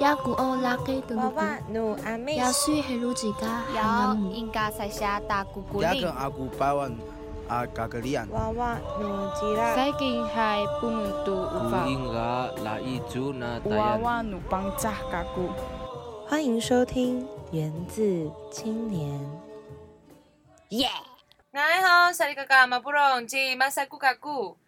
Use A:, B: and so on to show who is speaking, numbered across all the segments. A: 拉古奥拉给的
B: 娃
A: 鲁
B: 娃
A: 布，
B: 努阿妹，
A: 亚苏黑鲁吉嘎海南
C: 有
A: 姆，
C: 应该在下打鼓鼓
D: Dagang
C: 令，
D: aku bawan agak-galian.
B: 娃娃努吉拉，
E: Saya kihai pununtu uva
F: Kuingga la iju na tayan.
E: wawa nu pangcah kaku.
B: 欢迎收听《源自青年》。
C: 耶！
G: 你好，萨利嘎嘎马布隆吉马萨古嘎古，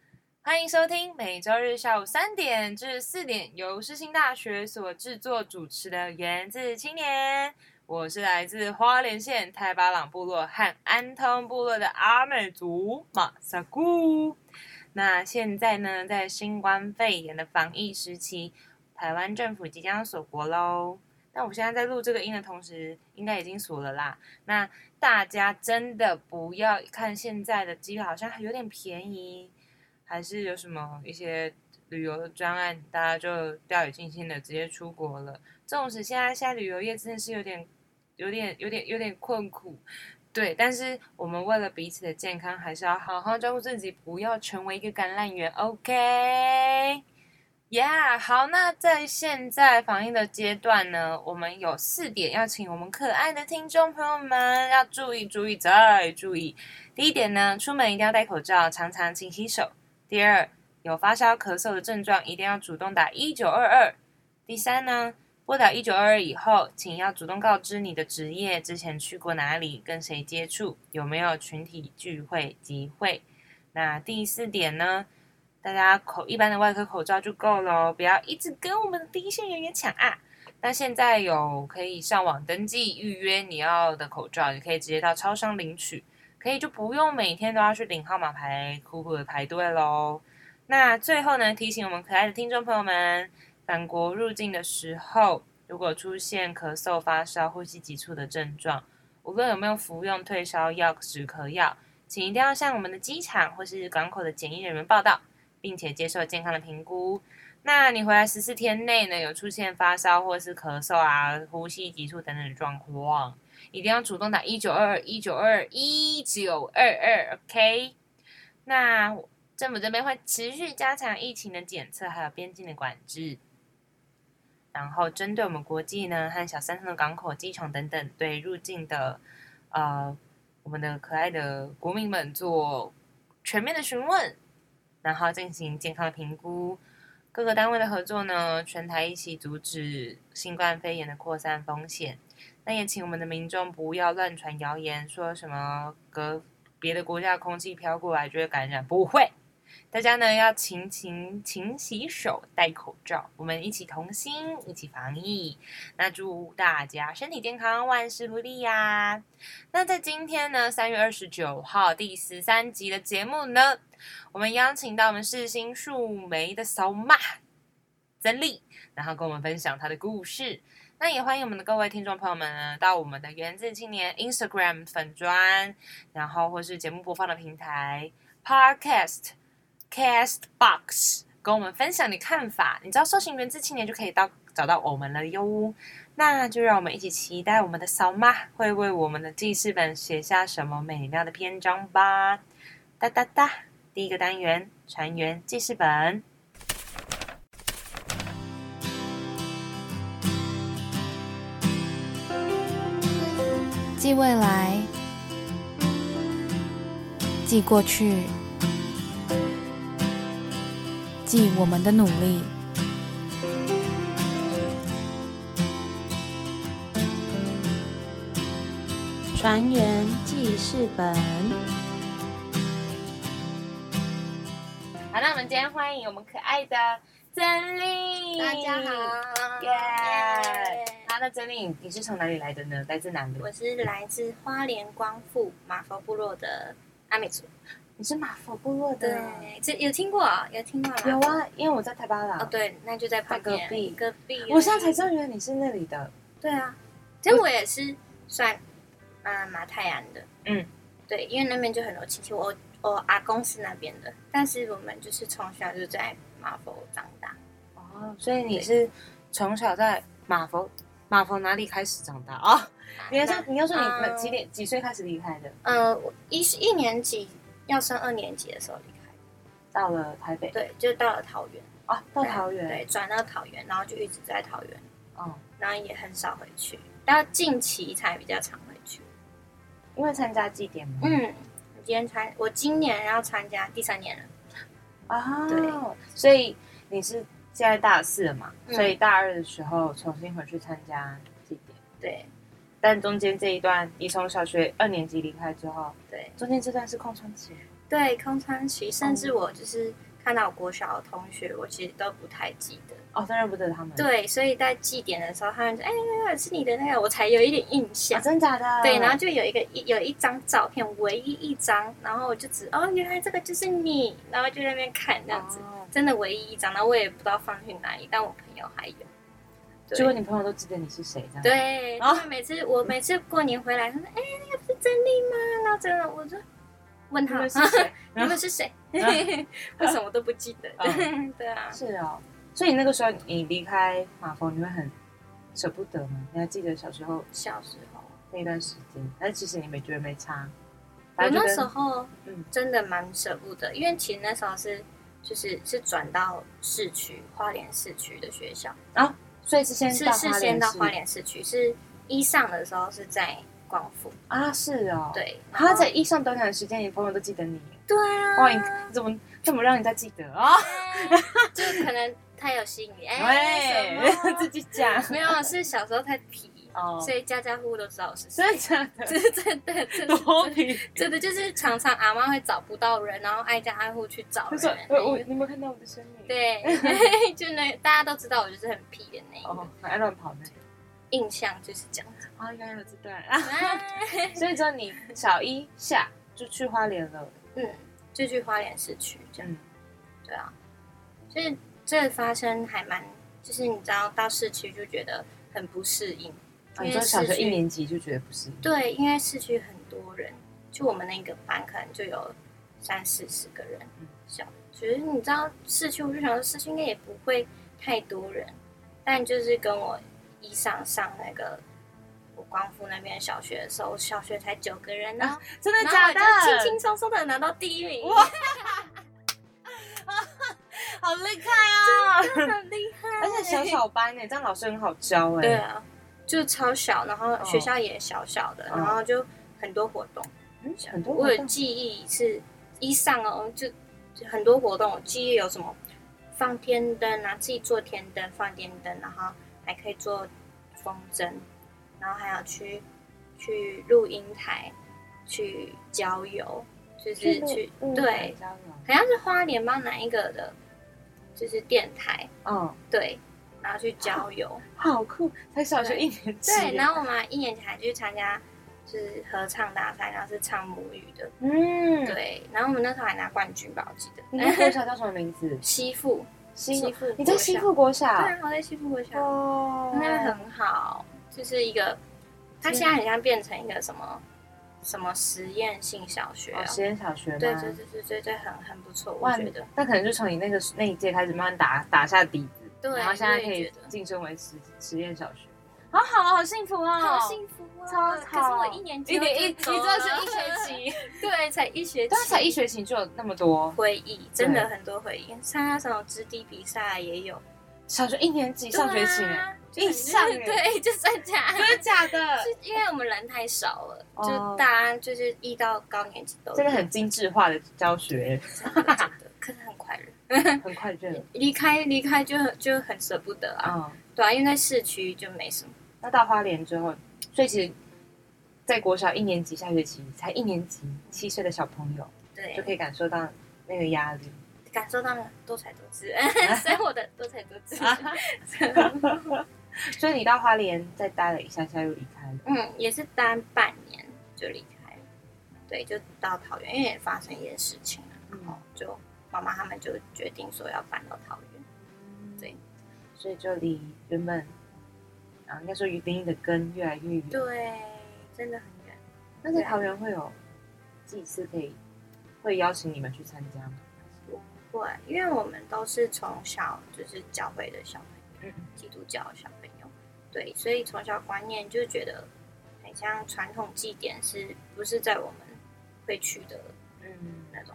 G: 欢迎收听每周日下午三点至四点由世新大学所制作主持的《源自青年》，我是来自花莲县太巴朗部落和安通部落的阿美族马萨古。那现在呢，在新冠肺炎的防疫时期，台湾政府即将锁国喽。但我现在在录这个音的同时，应该已经锁了啦。那大家真的不要看现在的机票好像有点便宜，还是有什么一些旅游的专案，大家就掉以轻心的直接出国了。纵使现在现在旅游业真的是有点、有点、有点、有点困苦，对，但是我们为了彼此的健康，还是要好好照顾自己，不要成为一个橄榄园，OK？Yeah，好，那在现在防疫的阶段呢，我们有四点要请我们可爱的听众朋友们要注意、注意再注意。第一点呢，出门一定要戴口罩，常常勤洗手。第二，有发烧、咳嗽的症状，一定要主动打一九二二。第三呢，拨打一九二二以后，请要主动告知你的职业，之前去过哪里，跟谁接触，有没有群体聚会集会。那第四点呢，大家口一般的外科口罩就够了哦，不要一直跟我们的第一线人员抢啊。那现在有可以上网登记预约你要的口罩，你可以直接到超商领取，可以就不用每天都要去领号码牌，苦苦的排队喽。那最后呢，提醒我们可爱的听众朋友们，返国入境的时候，如果出现咳嗽、发烧、呼吸急促的症状，无论有没有服用退烧药、止咳药，请一定要向我们的机场或是港口的检疫人员报到。并且接受健康的评估。那你回来十四天内呢，有出现发烧或是咳嗽啊、呼吸急促等等的状况，一定要主动打一九二二一九二一九二二，OK？那政府这边会持续加强疫情的检测，还有边境的管制。然后针对我们国际呢和小三通的港口、机场等等对入境的呃我们的可爱的国民们做全面的询问，然后进行健康的评估。各个单位的合作呢，全台一起阻止新冠肺炎的扩散风险。那也请我们的民众不要乱传谣言，说什么隔别的国家空气飘过来就会感染，不会。大家呢要勤勤勤洗手，戴口罩，我们一起同心，一起防疫。那祝大家身体健康，万事如意呀、那在今天呢，三月二十九号第十三集的节目呢，我们邀请到我们世新树莓的扫码曾丽，然后跟我们分享她的故事。那也欢迎我们的各位听众朋友们呢，到我们的源自青年 Instagram 粉砖，然后或是节目播放的平台 Podcast、Castbox，跟我们分享你看法。你知道搜寻“源自青年”就可以到找到我们了哟。那就让我们一起期待我们的扫码会为我们的记事本写下什么美妙的篇章吧！哒哒哒。第一个单元船员记事本。
H: 记未来，记过去，记我们的努力。
B: 船员记事本，
G: 好，那我们今天欢迎我们可爱的曾丽，
C: 大家好，
G: 耶、好，那曾丽，你是从哪里来的呢？来自哪里？
I: 我是来自花莲光复马佛部落的阿美族。
G: 你是马佛部落的，
I: 对，这有听过啊，有听过吗？
G: 有。啊，因为我在台巴拉。
I: 哦，对，那就在旁边
G: 在隔壁
I: 隔壁。
G: 我现在才知道原来你是那里的。
I: 对啊，其实我也是算啊、呃马泰安的。
G: 嗯，
I: 对，因为那边就很多亲戚，我我阿公是那边的，但是我们就是从小就在马佛长大。
G: 哦，所以你是从小在马佛马佛哪里开始长大啊、你要说，你要说你
I: 嗯
G: 几点、几岁开始离开的？
I: 呃，我一一年级要升二年级的时候离开，
G: 到了台北
I: 对，就到了桃园。
G: 啊，到桃园。
I: 对，转到桃园，然后就一直在桃园。
G: 嗯，
I: 然后也很少回去，到近期才比较常回去。
G: 因为参加祭典嘛。
I: 嗯，我今天参，我今年要参加第三年了。
G: 啊，
I: 对，
G: 所以你是现在大四了嘛，
I: 嗯
G: 所以大二的时候重新回去参加祭典，
I: 对
G: 但中间这一段，你从小学二年级离开之后，
I: 对
G: 中间这段是空窗期。
I: 对，空窗期，甚至我就是看到我国小的同学，我其实都不太记得。
G: 哦，都认不得他们。
I: 对，所以在祭典的时候，他们就哎那个是你的那个，我才有一点印象
G: 啊，。真假的？
I: 对，然后就有一个一有一张照片，唯一一张，然后我就只哦，原来这个就是你，然后就在那边看这样子，
G: 哦
I: 真的唯一一张，然后我也不知道放去哪里，但我朋友还有。对
G: 结果你朋友都记得你是谁，这样。，
I: 对，
G: 哦
I: 然后每次我每次过年回来，他说：“哎、那个不是珍妮吗？”然后真的我就问
G: 你
I: 他啊
G: 们是 谁？
I: 你们是谁？
G: 啊
I: 为什么我都不记得？
G: 啊
I: 对啊，
G: 是哦，所以那个时候你离开马蜂，你会很舍不得吗？你还记得小时候
I: 小时候
G: 那段时间？但其实你没觉得没差，
I: 我
G: 反正
I: 那
G: 就
I: 时
G: 跟
I: 候
G: 嗯
I: 真的蛮舍不得，因为其实那时候是就是是转到市区花莲市区的学校，
G: 所以是先
I: 是
G: 到
I: 是
G: 花
I: 先
G: 莲
I: 到
G: 市
I: 花莲市区，是一上的时候是在光复，
G: 啊，是哦，。
I: 对，然
G: 他
I: 后
G: 在一上短短的时间，你朋友都记得你，
I: 对啊，
G: 哇，你怎么这么让人家记得啊？
I: 就可能太有吸引力，哎、
G: 喂
I: 什，么
G: 自己讲，
I: 没有，啊是小时候太皮，
G: 哦
I: 所以家家户户都知道我是谁。
G: 真 的假的？
I: 真的真的真的
G: 多皮，
I: 真的就是常常阿妈会找不到人，然后挨家挨户去找
G: 他说
I: 人。
G: 我我你有没有看到我的身影？，
I: 对， 就那大家都知道我就是很皮的那一个
G: 哦，很爱乱跑的。
I: 印象就是这样子。
G: 啊，原来有这段啊， 所以说你小一下就去花莲了，
I: 嗯，就去花莲市区这样。
G: 嗯
I: 对啊，就是这发生还蛮，就是你知道到市区就觉得很不适应。
G: 啊，你说小学一年级就觉得不是，
I: 对，因为市区很多人，就我们那个班可能就有三四十个人
G: 嗯，
I: 小，就是你知道市区，我就想说市区应该也不会太多人，但就是跟我一上上那个我光复那边小学的时候，小学才九个人呢、然后
G: 啊真
I: 然
G: 的
I: 后
G: 假
I: 我
G: 的？
I: 就轻轻松松的拿到第一名，
G: 哇好厉害啊！
I: 真的很厉害。
G: 而且小小班呢，这样老师很好教哎。
I: 对啊，就超小，然后学校也小小的，
G: 哦
I: 然后就很多活动。
G: 嗯，很多
I: 我
G: 活
I: 有
G: 动
I: 记忆是一上哦，就就很多活动，我记忆有什么放天灯啊，自己做天灯、放天灯，然后还可以做风筝，然后还有去去录音台去郊游，就是去
G: 嗯
I: 对，
G: 交流
I: 好像是花莲帮哪一个的，就是电台
G: 嗯，
I: 对，然后去郊游。
G: 好酷，才小学一年级。
I: 对，然后我们一年级还去参加就是合唱大赛，然后是唱母语的，
G: 嗯，
I: 对，然后我们那时候还拿冠军吧，我记得。？
G: 你那国小叫什么名字
I: 西附，西附，
G: 你在西附？国小
I: 对？啊，我在西附国小，
G: 哦
I: 那边很好，就是一个，它现在很像变成一个什么什么实验性小学哦
G: 哦，实验小学吗？
I: 对对对对对对，很很不错，我
G: 哇
I: 觉得。，
G: 那可能就从你那个那一届开始慢慢打打下底子，
I: 对
G: 然后现在可
I: 我也
G: 以
I: 觉得
G: 晋升为实实验小学，好好哦好幸福哦，
I: 好幸福啊！
G: 超
I: 可是我一年级
G: 一年一，你
I: 就
G: 真
I: 走
G: 的
I: 了
G: 是一学 期，
I: 对，才一学期，
G: 但是才一学期就有那么多，
I: 回忆，真的很多回忆。参加什么织地比赛也有，
G: 小学一年级上学期
I: 对
G: 耶，
I: 啊
G: 一上耶
I: 对，就参加。
G: 真的假的？
I: 是因为我们人太少了，
G: 哦
I: 就大家就是一到高年级都有
G: 真的很精致化的教学，
I: 真的真的，可是很快乐。
G: 很快乐
I: 离开离开就很就很舍不得啊，
G: 啊。
I: 对啊，因为在市区就没什么。
G: 那到花莲之后，所以其实，在国小一年级下学期才一年级七岁的小朋友就
I: 对，
G: 可以感受到那个压力。
I: 感受到了多才多姿，生活的多才多姿。
G: 所以你到花莲再待了一下下又离开了，
I: 嗯，也是待半年就离开了，对，就到桃园，因为也发生一件事情啊，
G: 嗯
I: 然后就妈妈他们就决定说要搬到桃园。嗯
G: 所以就离原本啊应该说离你的根越来越远。
I: 对，真的很远。
G: 那在桃园会有祭司可以会邀请你们去参加吗？
I: 对，因为我们都是从小就是教会的小朋友
G: 嗯，
I: 基督教的小朋友，对，所以从小观念就觉得很像传统祭典是不是在我们会去的
G: 嗯，
I: 那种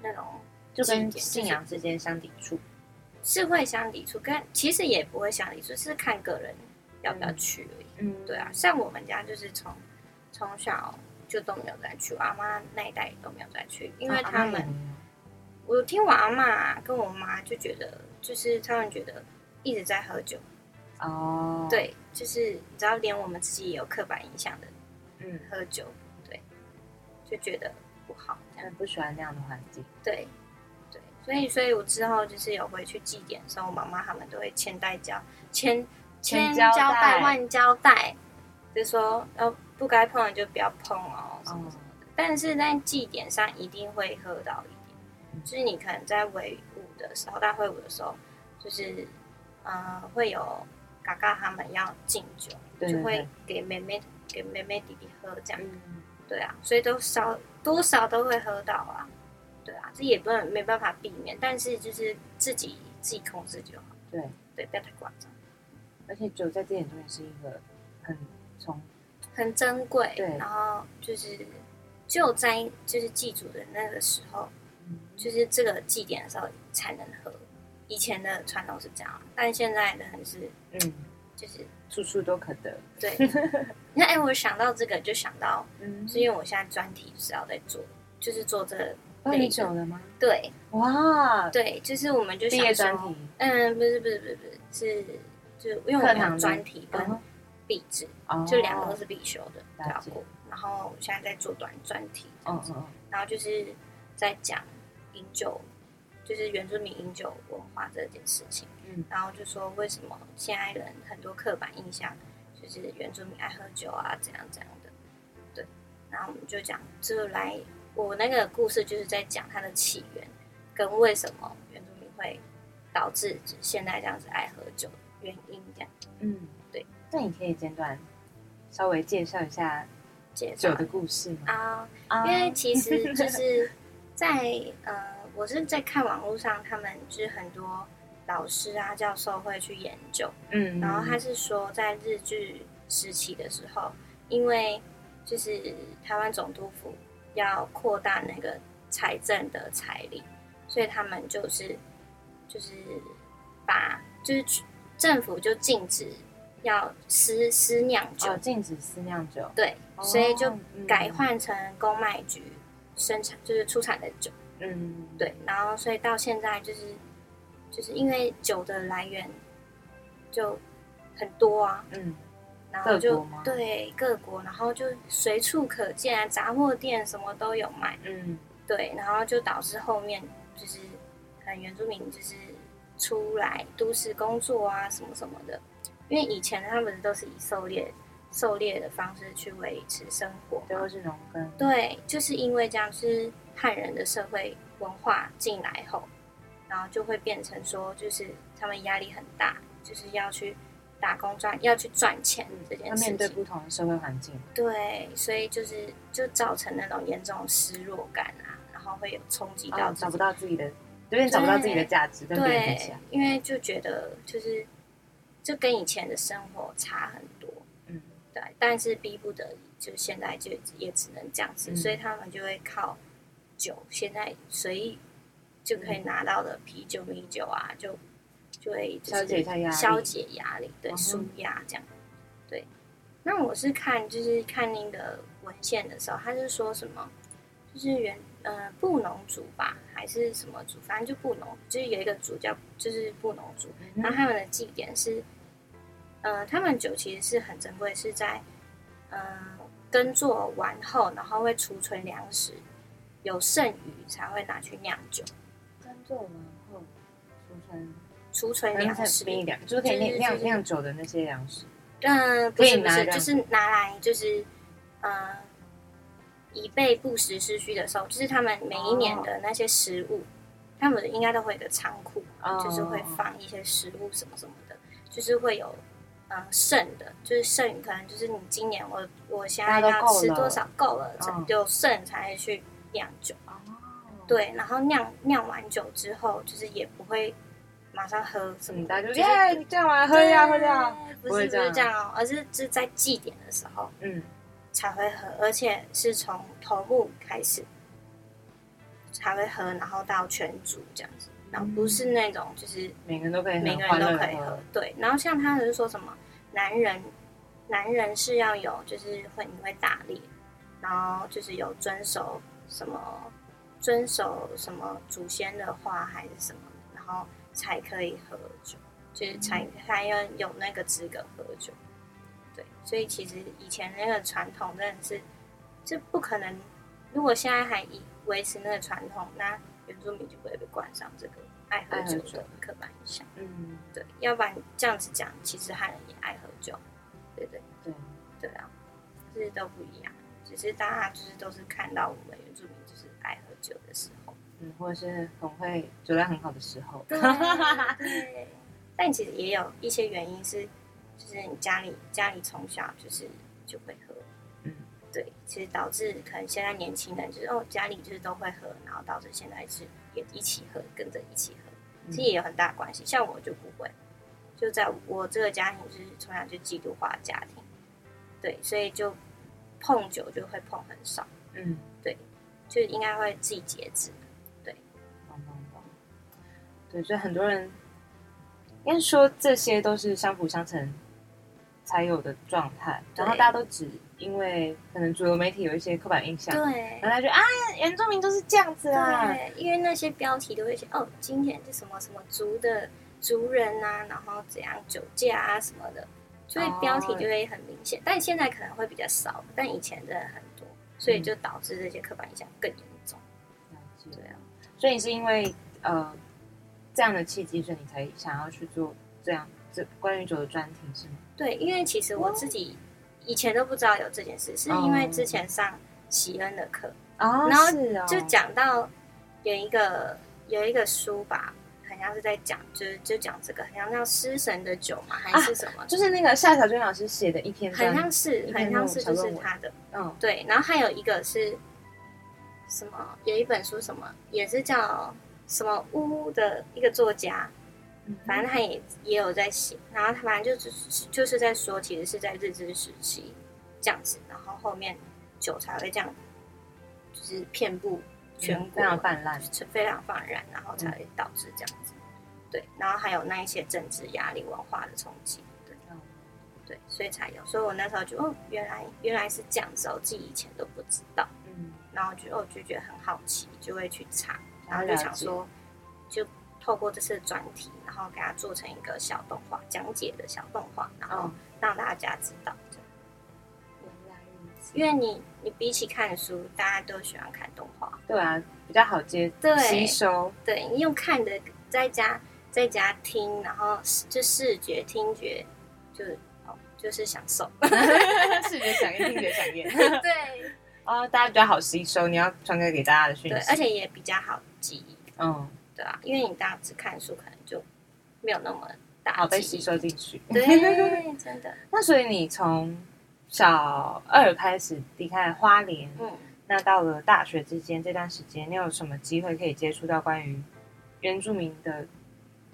I: 那种
G: 就跟
I: 祭典
G: 信仰之间相抵触。
I: 是会想抵触，跟其实也不会想抵触，是看个人要不要去而已。
J: 嗯，
I: 对啊，像我们家就是从从小就都没有再去，我阿妈那一代也都没有再去，
G: 哦
I: 因为他们，我听我阿妈跟我妈就觉得，就是他们觉得一直在喝酒，
G: 哦，，
I: 对，就是你知道，连我们自己也有刻板印象的
J: 嗯，
I: 喝酒，对，就觉得不好这样。
G: 很不喜欢那样的环境。
I: 对，对，所以所以我之后就是有回去祭奠的时候，我妈妈他们都会千代交千
J: 千
I: 千
J: 交
I: 交
J: 代
I: 代万交代，就说呃不该碰的就不要碰哦什么什么的。但是在祭典上一定会喝到一点，就是你可能在围舞的时候，大会舞的时候，就是呃会有嘎嘎他们要敬酒，
G: 对
I: 就会
G: 对
I: 给妹妹给妹妹弟弟喝这样。
G: 嗯，
I: 对啊，所以都少多少都会喝到啊，对啊，这也不能没办法避免，但是就是自己自己控制就好，
G: 对，
I: 对，不要太夸张，
G: 而且酒在这点东西是一个很从
I: 很珍贵。
G: 对
I: 然后就是只有在就是祭祖的那个时候，
G: 嗯
I: 就是这个祭典的时候才能喝。以前的传统是这样，但现在的很是
G: 嗯，
I: 就是
G: 处处都可得。
I: 对。那哎、我想到这个就想到，
G: 嗯
I: 是因为我现在专题是要在做，就是做这个
G: 哦，你酒了吗？
I: 对
G: 哇，
I: 对，就是我们就
G: 毕
I: 想
G: 业
I: 说
G: 专题，
I: 嗯，不是不是不是不是，是就是因为我
G: 课
I: 们
G: 堂
I: 有
G: 的
I: 专题跟
G: 嗯
I: 必制，
G: 哦
I: 就两个都是必修的都
G: 了
I: 要
G: 解
I: 过。然后我现在在做短专题
G: 嗯
I: 这样子，
G: 嗯
I: 然后就是在讲饮酒，就是原住民饮酒文化这件事情。
G: 嗯，
I: 然后就说为什么现在人很多刻板印象，就是原住民爱喝酒啊，怎样怎样的。对，然后我们就讲，就来我那个故事就是在讲它的起源，跟为什么原住民会导致现在这样子爱喝酒的原因，这样
G: 嗯嗯，
I: 对。
G: 那你可以简短稍微介绍一下
I: 介绍
G: 酒的故事吗？
I: 啊。
G: 啊
I: 因为其实就是在呃，我是在看网络上，他们就是很多老师啊、教授会去研究，
G: 嗯，
I: 然后他是说在日据时期的时候，因为就是台湾总督府要扩大那个财政的财力，所以他们就是就是把就是政府就禁止要私私酿酒，
G: 哦，禁止私酿酒，
I: 对，
G: 哦
I: 所以就
G: 嗯
I: 改换成公卖局生产，就是出产的酒。
G: 嗯，
I: 对，然后所以到现在就是就是因为酒的来源就很多啊，
G: 嗯，
I: 然
G: 各
I: 后
G: 国
I: 就
G: 吗
I: 对各国，然后就随处可见啊，杂货店什么都有卖。
G: 嗯
I: 对，然后就导致后面就是可能原住民就是出来都市工作啊什么什么的，因为以前他们都是以狩猎狩猎的方式去维持生活，
G: 对，或是农耕，
I: 对，就是因为这样，就是汉人的社会文化进来后，然后就会变成说，就是他们压力很大，就是要去打工赚，要去赚钱这件
G: 那面
I: 事
G: 对
I: 情。
G: 不同的社会环境，
I: 对，所以就是就造成那种严重的失落感啊，然后会有冲击到
G: 啊，
I: 自己、
G: 找不到自己的，有点找不到自己的价值，跟别人比起
I: 对
G: 来，，
I: 因为就觉得就是就跟以前的生活差很多，
G: 嗯，
I: 对，但是逼不得已，就现在就也只能这样子，
G: 嗯
I: 所以他们就会靠酒，现在随意就可以
G: 嗯
I: 拿到的啤酒、米酒啊，就就会就
G: 消
I: 是
G: 解一下压力
I: 消解压力，对，
G: 嗯哼
I: 舒压这样。对，那我是看就是看那个文献的时候，他是说什么，就是原呃布农族吧，还是什么族，反正就布农，就是有一个族叫就是布农族，
G: 嗯
I: 然后他们的祭典是，呃，他们酒其实是很珍贵，是在呃耕作完后，然后会储存粮食，有剩余才会拿去酿酒，
G: 耕作完啊后，储存
I: 储
G: 嗯
I: 存粮食。
G: 冰凉，就是可以
I: 就
G: 酿
I: 是
G: 酿
I: 就是
G: 酿酒的那些粮食，
I: 嗯，不
G: 可以
I: 是不
G: 拿
I: 是，
G: 来
I: 就是拿来就是呃，以备不时之需的时候，就是他们每一年的那些食物，他们应该都会有一个仓库，
G: 哦
I: 就是会放一些食物什么什么的，就是会有呃剩的，就是剩余可能就是你今年我我现在
G: 大家都
I: 要
G: 够
I: 吃
G: 了
I: 多少够了，
G: 嗯
I: 有剩才会去酿酒。
G: 哦，
I: 对，然后酿酿完酒之后，就是也不会马上喝什
G: 嗯，
I: 么的，
G: 大家就
I: 就是
G: 耶，你这样 玩，喝呀喝呀，
I: 对啊
G: 不
I: 不
G: 会
I: 是
G: 这
I: 不
G: 样
I: 是这样哦，而是是在祭典的时候
G: 嗯，
I: 才会喝，而且是从头目开始才会喝，然后到全族这样子。然后不是那种就是
G: 每个人都可以
I: 每
G: 很
I: 个
G: 欢
I: 人
G: 乐
I: 都
G: 地
I: 可以喝
G: 喝。。
I: 对，然后像他是说什么男人，男人是要有就是会你会打猎，然后就是有遵守什么遵守什么祖先的话还是什么，然后才可以喝酒，就是
G: 嗯
I: 才才要有那个资格喝酒。对，所以其实以前那个传统真的是这不可能，如果现在还以维持那个传统，那原住民就不会被冠上这个爱喝
G: 爱喝
I: 酒
G: 酒
I: 的刻板印象。
G: 嗯，
I: 对，要不然这样子讲，其实汉人也爱喝酒，对不对
G: 对，
I: 对啊，就是都不一样，只是大家就是都是看到我们原住民就是爱喝酒的时候，
G: 嗯，或者是很会酒量很好的时候，
I: 对，对但其实也有一些原因是，就是你家里家里从小就是就会喝，
G: 嗯，
I: 对，其实导致可能现在年轻人就是哦家里就是都会喝，然后导致现在是也一起喝，跟着一起喝，其实也有很大关系。像我就不会，就在我这个家庭就是从小就基督化的家庭，对，所以就碰酒就会碰很少，
G: 嗯，
I: 就应该会自己节制。
G: 懂懂懂。对，所以很多人应该说这些都是相辅相成才有的状态，然后
I: 对
G: 大家都只因为可能主流媒体有一些刻板印象，
I: 对
G: 然后他就啊，原住民就是这样子啊，
I: 对，因为那些标题都会写哦，今天是什么什么族的族人啊，然后怎样酒驾啊什么的，所以标题
G: 哦
I: 就会很明显。但现在可能会比较少，但以前真的很多，所以就导致这些刻板印象更严重。
G: 了解啊。所以你是因为呃这样的契机，所以你才想要去做这样这关于酒的专题是吗？
I: 对，因为其实我自己以前都不知道有这件事，是因为之前上喜恩的课，
G: 哦
I: 然后
G: 是哦
I: 就讲到有一个有一个书吧。好像是在讲，就是就讲这个，好像叫《失神的酒》嘛，还
G: 啊
I: 是什么？
G: 就是那个夏小娟老师写的一篇
I: 很
G: 专，
I: 像是
G: 一，篇
I: 很
G: 那
I: 像
G: 种
I: 是
G: 小
I: 就是
G: 论文
I: 他的
G: 嗯
I: 对，然后还有一个是什么？有一本书什么也是叫什么屋的一个作家，
G: 嗯
I: 反正他也也有在写，然后他反正就是就是在说，其实是在日治时期这样子，然后后面酒才会这样，就是遍布全国，
G: 嗯非常泛滥，
I: 是非常放然，然后才会导致这样子。对，然后还有那一些政治压力、文化的冲击，对，
G: 嗯
I: 对，所以才有。所以我那时候就哦，原来原来是这样子哦，我自己以前都不知道，
G: 嗯，
I: 然后就哦就觉得很好奇，就会去查，
G: 然后
I: 然后就
G: 了
I: 想
G: 解
I: 说，就透过这次的专题，然后给它做成一个小动画讲解的小动画，然后
G: 哦
I: 让大家知道。这样嗯
G: 原来如此
I: 因为你你比起看书，大家都喜欢看动画，
G: 对啊，比较好接
I: 对
G: 吸收，
I: 对，你用看的，在家在家听，然后视就视觉、听觉，就哦，就是享 受。
G: 视觉响应，听觉响应，
I: 对
G: 哦，大家比较好吸收，你要传给给大家的讯
I: 对，
G: 息，
I: 而且也比较好记忆，
G: 嗯，
I: 对啊，因为你当时看书可能就没有那么大
G: 哦好被
I: 记
G: 吸
I: 忆
G: 收进去。
I: 对，真的，
G: 那所以你从小二开始离开了花莲，
I: 嗯，
G: 那到了大学之间这段时间，你有什么机会可以接触到关于原住民的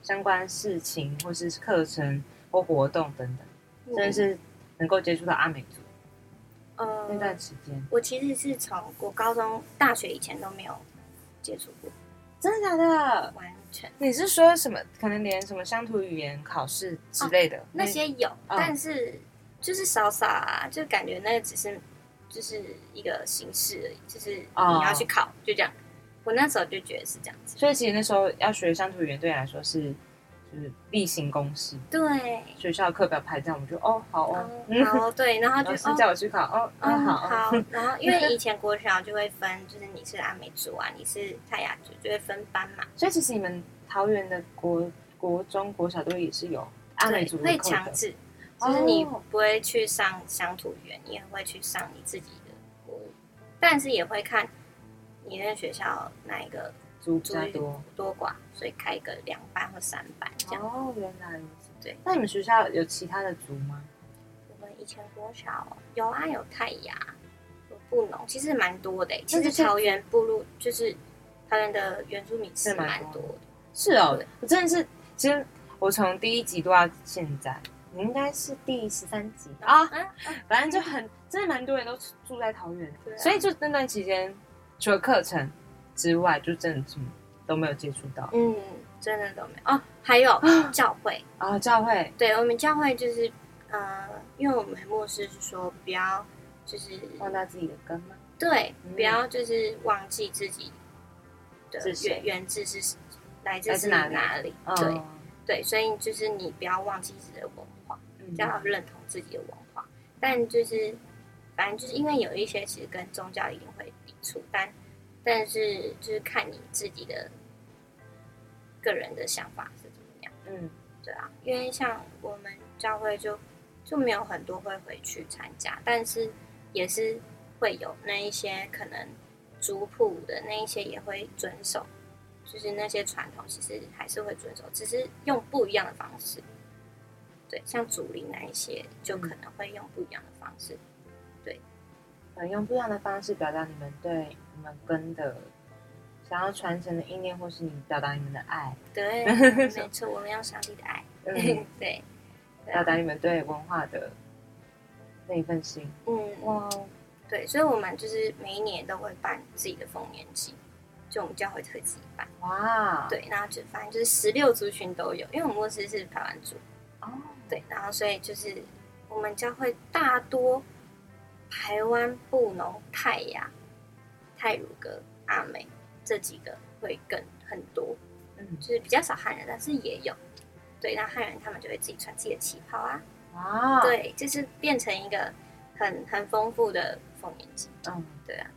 G: 相关事情，或是课程或活动等等，
I: 嗯
G: 真的是能够接触到阿美族
I: 呃
G: 那段时间？
I: 我其实是从我高中、大学以前都没有接触过，
G: 真的假的？
I: 完全
G: 你是说什么？可能连什么乡土语言考试之类的、
I: 哦那些有，
G: 嗯
I: 但是就是少少啊，就感觉那个只是就是一个形式而已，就是
G: 哦
I: 你要去考，就这样。我那时候就觉得是这样子，
G: 所以其实那时候要学乡土语言，对你来说是就是例行公事，
I: 对，
G: 学校课表排这样，我们就哦好哦，
I: 然后对，然后就
G: 老师
I: 哦。
G: 叫我去考哦，
I: 嗯，
G: 嗯好，
I: 好，然后因为以前国小就会分，就是你是阿美族啊，你是泰雅族，就会分班嘛，
G: 所以其实你们桃园的国国中、国小都也是有阿美
I: 对，
G: 族的
I: 会
G: 课
I: 强
G: 的
I: 制，就是你
G: 哦
I: 不会去上乡土语言，你也会去上你自己的国语，但是也会看你那个学校那一个
G: 族比
I: 注
G: 较
I: 意
G: 多。
I: 多寡，所以开个两班或三班这样。
G: 哦，原来如此。
I: 对，
G: 那你们学校有其他的族吗？
I: 我们以前国小有啊，有泰雅，有布农，其实蛮多的欸、
G: 那
I: 其
G: 这
I: 实
G: 些
I: 桃园部落就是桃园的原住民是
G: 是蛮
I: 蛮
G: 多
I: 多的，
G: 是哦
I: 对，
G: 我真的是，其实我从第一集录到现在，你应该是第十三集啊、
I: 嗯
G: 反正就很真的蛮多人都住在桃园，
I: 对啊
G: 所以就那段期间除了课程之外，就真的什么都没有接触到。
I: 嗯，真的都没有哦。还有教会，
G: 啊、教会
I: 对我们教会就是呃，因为我们牧师是说不要就是
G: 放大自己的根吗？
I: 对，
G: 嗯
I: 不要就是忘记自己的
G: 是谁
I: 源源自是来自
G: 来
I: 是
G: 自哪里
I: 哪里，
G: 嗯
I: 对、对，所以就是你不要忘记自己的文化，
G: 嗯
I: 要认同自己的文化。但就是反正就是因为有一些其实跟宗教一定会抵触，但但是就是看你自己的个人的想法是怎么样，
G: 嗯，
I: 对啊，因为像我们教会就就没有很多会回去参加，但是也是会有那一些可能族谱的那一些也会遵守，就是那些传统其实还是会遵守，只是用不一样的方式。对，像祖灵那一些就
G: 嗯
I: 可能会用不一样的方式。
G: 呃，用不一样的方式表达你们对你们根的想要传承的意念，或是你表达你们的爱，
I: 对，没错，我们要上帝的爱。
G: 嗯，
I: 对，对
G: 表
I: 啊
G: 达你们对文化的那一份心。
I: 嗯，
G: 哇，哦
I: 对，所以我们就是每一年都会办自己的丰年祭，就我们教会会自己办。
G: 哇，，
I: 对，然后就反正就是十六族群都有，因为我们牧师是台湾族，
G: 哦，
I: 对，然后所以就是我们教会大多台湾布农、泰雅、泰鲁格、阿美这几个会更很多，
G: 嗯，
I: 就是比较少汉人，但是也有。对，那汉人他们就会自己穿自己的旗袍啊，
G: 哇，，
I: 对，就是变成一个很很丰富的丰年祭。
G: 嗯，
I: 对啊，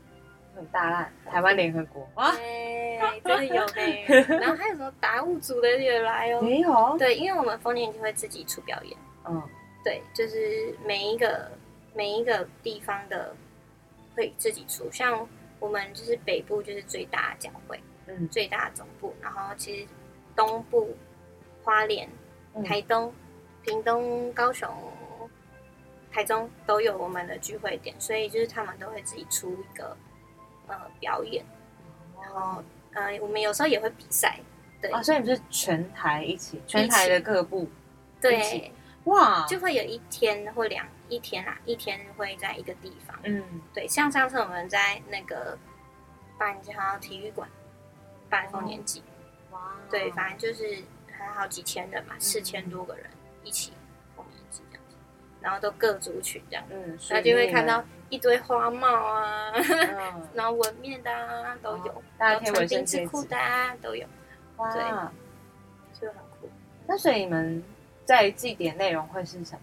G: 很大烂，台湾联合国哇，
I: 对，真的有呗。 然后还有什么达悟族的也 来哦，
G: 也有，
I: 对，因为我们丰年祭会自己出表演。
G: 嗯，
I: 对，就是每一个每一个地方的会自己出，像我们就是北部就是最大的教会，
G: 嗯
I: 最大的总部，然后其实东部、花莲、
G: 嗯
I: 台东、屏东、高雄、台中都有我们的聚会点，所以就是他们都会自己出一个呃表演，
G: 哦
I: 然后呃我们有时候也会比赛，对、
G: 啊，所以你们是全台一起，全台的各部，一
I: 对
G: 起，哇，
I: 就会有一天或两一天啊，一天会在一个地方。
G: 嗯，
I: 对，像上次我们在那个板桥体育馆
G: 哦
I: 办丰年祭，
G: 哇，
I: 对，反正就是还好几千人嘛，四
G: 嗯
I: 千多个人一起丰年祭这样子，然后都各族群这样，
G: 嗯，
I: 那就会看到一堆花帽啊，
G: 嗯，
I: 然后纹面的啊都有，
G: 哦大家
I: 然
G: 可
I: 后
G: 以纹
I: 穿
G: 身
I: 丁
G: 贴
I: 字
G: 纸
I: 裤的啊都有，
G: 哇
I: 对。就很酷。
G: 那所以你们在祭典内容会是什么？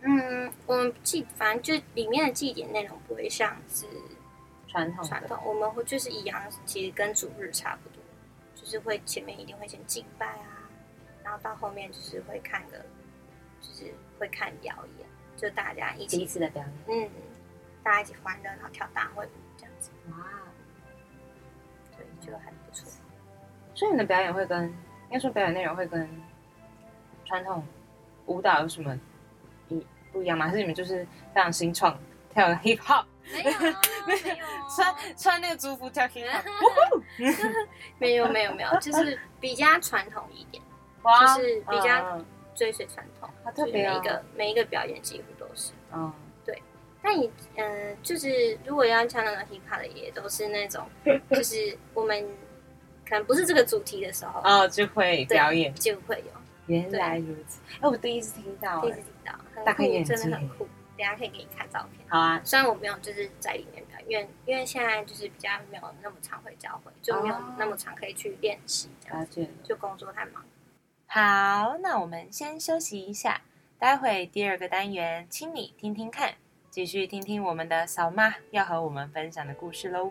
I: 嗯，我们祭反正就里面的祭典内容不会像是
G: 传统的
I: 传统，我们会就是一样，其实跟主日差不多，就是会前面一定会先敬拜啊，然后到后面就是会看个，就是会看表演，就大家一起，
G: 的表演。
I: 嗯，大家一起欢乐，然后跳大会舞这样子，
G: 哇，
I: 对，就很不错。
G: 所以你的表演会跟应该说表演内容会跟传统舞蹈有什么一不一样吗？还是你们就是非常新创，跳 hip hop，
I: 没有啊，没有 啊
G: 穿穿那个族服跳 hip hop？
I: 没有没有没有，就是比较传统一点，
G: 哇，
I: 就是比较
G: 嗯
I: 追随传统，
G: 好特
I: 就是
G: 别
I: 每一
G: 哦
I: 个每一个表演几乎都是。
G: 嗯，
I: 那你嗯、呃就是如果要唱那种 hip hop 的，也都是那 种，就是我们可能不是这个主题的时候，
G: 哦，就会表演。
I: 就会有
G: 原来如此，哎，我第一次听到
I: 第一次
G: 哎。
I: 听到，很
G: 大开
I: 酷，
G: 眼界
I: 真的很酷。等一下可以给你看照片。
G: 好啊，
I: 虽然我没有就是在里面表演，因为因为现在就是比较没有那么常会教会，就没有
G: 哦
I: 那么常可以去练习，这样
G: 了
I: 子
G: 解了。
I: 就工作太
G: 嗯
I: 忙。
G: 好，那我们先休息一下，待会第二个单元，请你听听看，继续听听我们的扫妈要和我们分享的故事喽。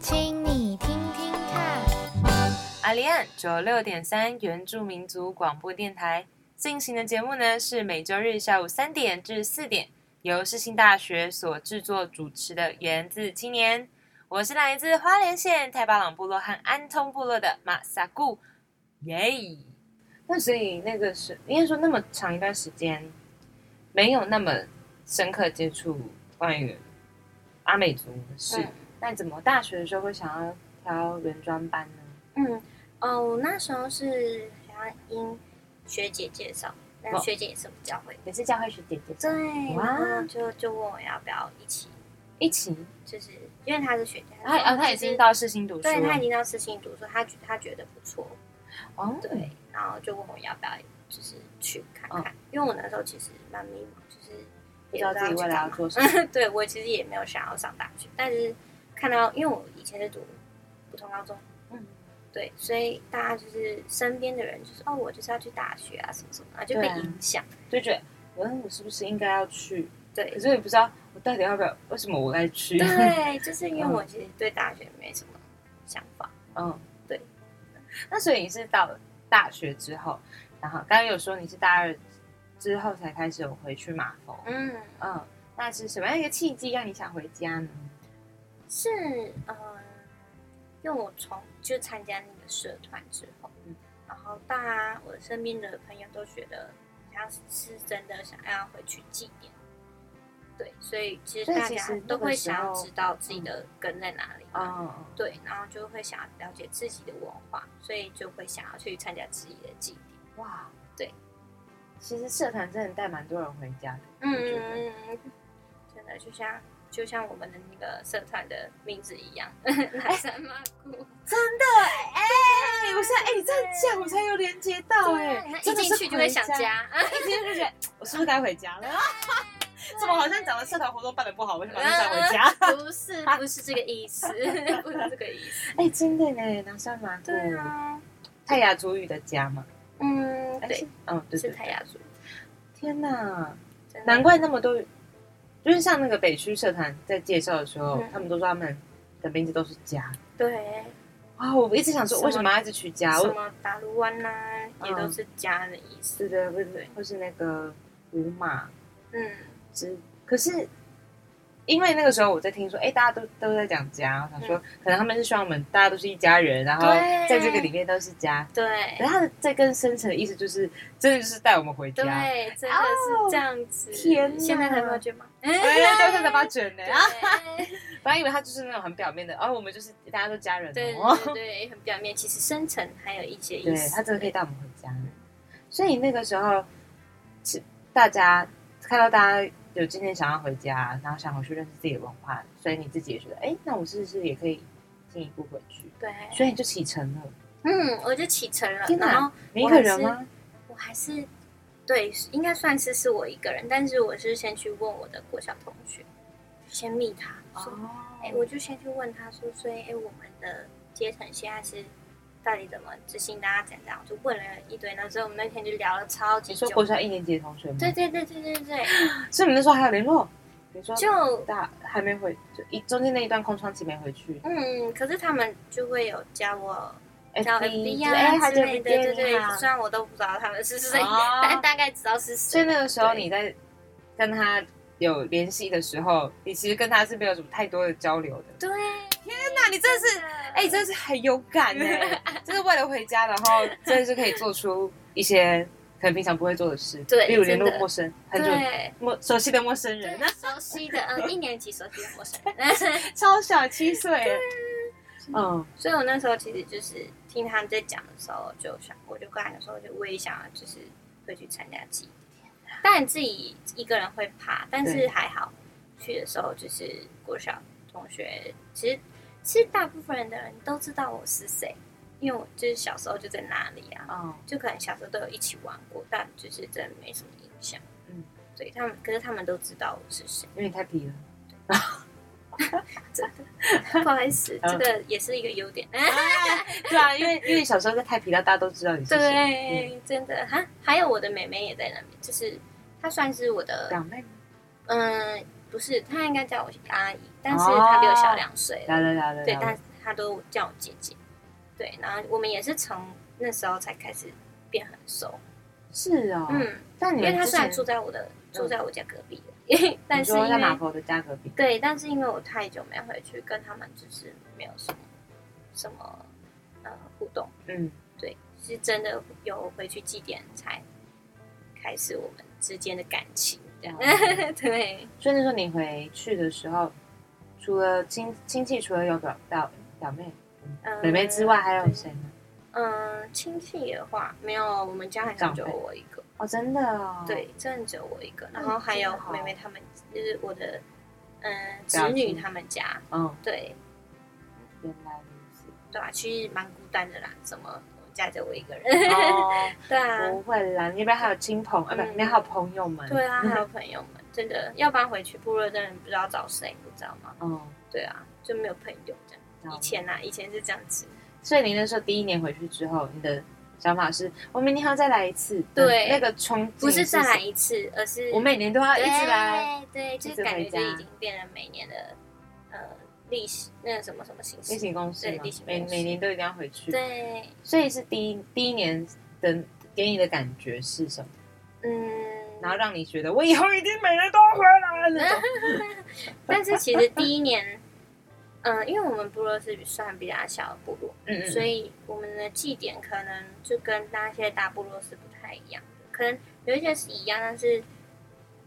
H: 请你听听看，
G: 阿里安九六点三原住民族广播电台进行的节目呢，是每周日下午三点至四点，由世新大学所制作主持的《源自青年》。我是来自花莲县太巴朗部落和安通部落的马萨固，耶！那所以那个是应该说那么长一段时间，没有那么深刻接触关于阿美族的事，
I: 嗯
G: 那怎么大学的时候会想要挑原装班呢？
I: 嗯，哦，我那时候是好像因学姐介绍，但
G: 哦
I: 学姐也是我们教会的，
G: 也是教会学姐姐
I: 对，
G: 哇
I: 然后就就问我要不要一起
G: 一起哦
I: 就是因因为他是学弟，
J: 他
I: 说
J: 啊，他已
I: 其实
J: 经到世新读书
I: 对他已
J: 了，
I: 经到四星读书，他觉他觉得不错，
J: 哦，
I: 对，然后就问我要不要就是去看看，因为我那时候其实蛮迷茫，就是
G: 嗯不知道自己未来要做什
I: 也
G: 么
I: 不知道去干嘛。 对我其实也没有想要上大学，但是看到因为我以前是读普通高中，
J: 嗯，
I: 对，所以大家就是身边的人就是哦，我就是要去大学啊什么什么，然后就被
G: 对啊
I: 影响。
G: 就觉得，嗯，我是不是应该要去？
I: 对
G: 可是我也不知道我到底要不要，为什么我该去？
I: 对，就是因为
G: 嗯
I: 我其实对大学没什么想法。
G: 嗯，
I: 对。
G: 那所以你是到了大学之后，然后刚刚有说你是大二之后才开始有回去马蜂，
I: 嗯，
G: 嗯，那是什么样一个契机让你想回家呢？
I: 是嗯，因为我从就参加那个社团之后，
G: 嗯
I: 然后大家我身边的朋友都觉得他是真的想要回去祭奠，对，所以其实
G: 所以
I: 大
G: 其
I: 家
G: 实
I: 都
G: 那个
I: 会
G: 时
I: 想要
G: 候嗯
I: 知道自己的根在哪里，
G: 哦，
I: 对，然后就会想要了解自己的文化，所以就会想要去参加自己的祭典。
G: 哇，
I: 对，
G: 其实社团真的带蛮多人回家的，我觉得
I: 嗯，真的就像就像我们的那个社团的名字一样， 南山麻姑。
G: 哎，我现在哎，你这样讲我才有连接到哎，
I: 一进去就会想
G: 真的是回，
I: 家，
G: 一进去就觉得我是不是该回家了？ 怎么好像讲的社团活动办的不好，我就马上想回家？
I: 不 是不是这个意思，不是这个意思。
G: 哎，真的呢，南山蛮多。
I: 嗯对啊，
G: 泰雅族语的家嘛，
I: 嗯，
G: 哎
I: 对
G: 是，嗯，对
I: 是
G: 对，
I: 泰雅嗯族，
G: 天哪，
I: 真的
G: 难怪那么多，就是像那个北区社团在介绍的时候，
I: 嗯
G: 他们都说他们的名字都是家。
I: 对，
G: 啊，我一直想说
I: 什么
G: 为什么要一直取家？
I: 什
G: 我
I: 么达鲁湾呐，也都是家的意思。
G: 嗯是的，不是，或是那个五马
I: 嗯，
G: 之，可是。因为那个时候我在听说，哎，大家都都在讲家，我想说、可能他们是希望我们大家都是一家人，然后
I: 嗯对
G: 在这个里面都是家。
I: 对
G: 可是他的这更深层的意思就是，真的就是带我们回家。
I: 对，真的是这样子。
G: 哦天哪
I: 现在才发觉 吗？
G: 哎，对对对，八准呢。啊
I: 对
G: 本来以为他就是那种很表面的，哦，我们就是大家都家人、
I: 对
G: 哦。
I: 对对，很表面，其实深层还有一些
G: 对
I: 意思。
G: 他真的可以带我们回家。所以那个时候，是大家看到大家有今天想要回家，然后想回去认识自己的文化，所以你自己也觉得，哎，那我是不是也可以进一步回去？
I: 对，
G: 所以你就启程了。
I: 嗯，我就启程了，
G: 天哪
I: 然后
G: 你一个人吗？
I: 我还是对，应该算是是我一个人，但是我是先去问我的国小同学，先密他
G: 哦
I: 说，哎、我就先去问他说，所以哎、我们的阶层现在是到底怎么执行的啊？怎样怎样？我就问了一堆，那之后我们那天就聊了超级
G: 你
I: 久
G: 说。国小一年级的同学吗？
I: 对，对对对对 对，
G: 所以你们那时候还有联络？你说
I: 就
G: 大还没回，就一中间那一段空窗期没回去。
I: 嗯，可是他们就会有加我
G: 哎
I: 加我
G: 你
I: FB
G: 就哎，
I: 啊
G: 好
I: 之
G: 久
I: 类
G: 不
I: 的，对对
G: 见你
I: 对
G: 好，
I: 虽然我都不知道他们是谁，
G: 哦
I: 但大概知道是谁。
G: 所以那个时候
I: 对
G: 你在跟他有联系的时候，你其实跟他是没有什么太多的交流的。
I: 对，
G: 那你真的是，哎、真的是很有 感呢、就是为了回家，然后真的是可以做出一些可能平常不会做的事，
I: 对
G: 例如联络
I: 真的
G: 陌生很久
I: 对。
G: 陌熟悉的陌生人，
I: 对，熟悉的，嗯，一年级熟悉的陌生人。
G: 超小七岁。嗯，
I: 所以我那时候其实就是听他们在讲的时候，就想，我就跟他讲说，就我也想要就是会去参加祭典，但自己一个人会怕，但是
G: 对
I: 还好去的时候就是国小同学，其实其实大部分的人都知道我是谁，因为我就是小时候就在那里啊，
G: 哦，
I: 就可能小时候都有一起玩过，但就是真的没什么印象。
G: 嗯，
I: 对他们，可是他们都知道我是谁。
G: 因为你太皮了。
I: 不好意思，
G: 嗯
I: 这个也是一 个优点。
G: 对啊，因为 因为小时候在太皮了，大家都知道你是谁。
I: 对，真的哈，还有我的妹妹也在那边，就是她算是我的，
G: 表妹吗，
I: 嗯，不是，她应该叫我阿姨，但是
G: 哦
I: 她比我小两岁
G: 来了
I: 了，
G: 哦来了，
I: 对，
G: 来了
I: 但她都叫我姐姐，对，然后我们也是从那时候才开始变很熟，
G: 是哦，
I: 嗯，
G: 但你
I: 因
G: 们
I: 为她
G: 之
I: 虽然
G: 前
I: 住在我的住在我家隔壁 的，但
G: 你
I: 是
G: 说
I: 因
G: 在马
I: 为
G: 婆的家隔壁，
I: 对，但是因为我太久没回去，跟他们就是没有什么什么呃互动。
G: 嗯，
I: 对，是真的有回去祭奠才开始我们之间的感情。
G: 这样。
I: 对，
G: 所以那时候你回去的时候，除了亲亲戚，除了有表表表妹、
I: 嗯
G: 妹妹之外，还有谁呢？
I: 嗯，亲戚的话没有，我们家好像只有我一个，
G: 哦，真的哦，哦
I: 对，真的只有我一个。然后还有
G: 真好
I: 妹妹他们，就是我的嗯侄女他们家，
G: 嗯，
I: 对
G: 原来如此。
I: 对啊，其实蛮孤单的啦，怎么我们家就我一个 人？
G: 哦，
I: 对啊，
G: 不会啦，你那边还有亲朋，啊，不，
I: 嗯
G: 你还有朋友们。
I: 对啊，还有朋友们，真的，要不然回去部落真的不知道找谁，你知道吗？
G: 嗯，
I: 对啊，就没有朋友这样。
G: 这样
I: 以前啊，以前是这样子，
G: 所以你那时候第一年回去之后，你的想法是我明年还要再来一次。
I: 对
G: 那个冲劲
I: 不是再来
G: 什
I: 一次，而是
G: 么，我每年都要一直来，
I: 对，对，就
G: 一
I: 是
G: 直
I: 感
G: 回
I: 觉就
G: 家
I: 已经变成每年的呃历史，那个什么什么形
G: 例
I: 式，
G: 行公事
I: 对
G: 嘛
I: 例行，公
G: 每
I: 事
G: 每年都一定要回去。，
I: 对，
G: 所以是第一第一年的给你的感觉是什么？
I: 嗯，
G: 然后让你觉得我以后一定每年都要回来那种。
I: 但是其实第一年，嗯，因为我们部落是算比较小的部落，
G: 嗯
I: 所以我们的祭典可能就跟那些大部落是不太一样的，可能有一些是一样，但是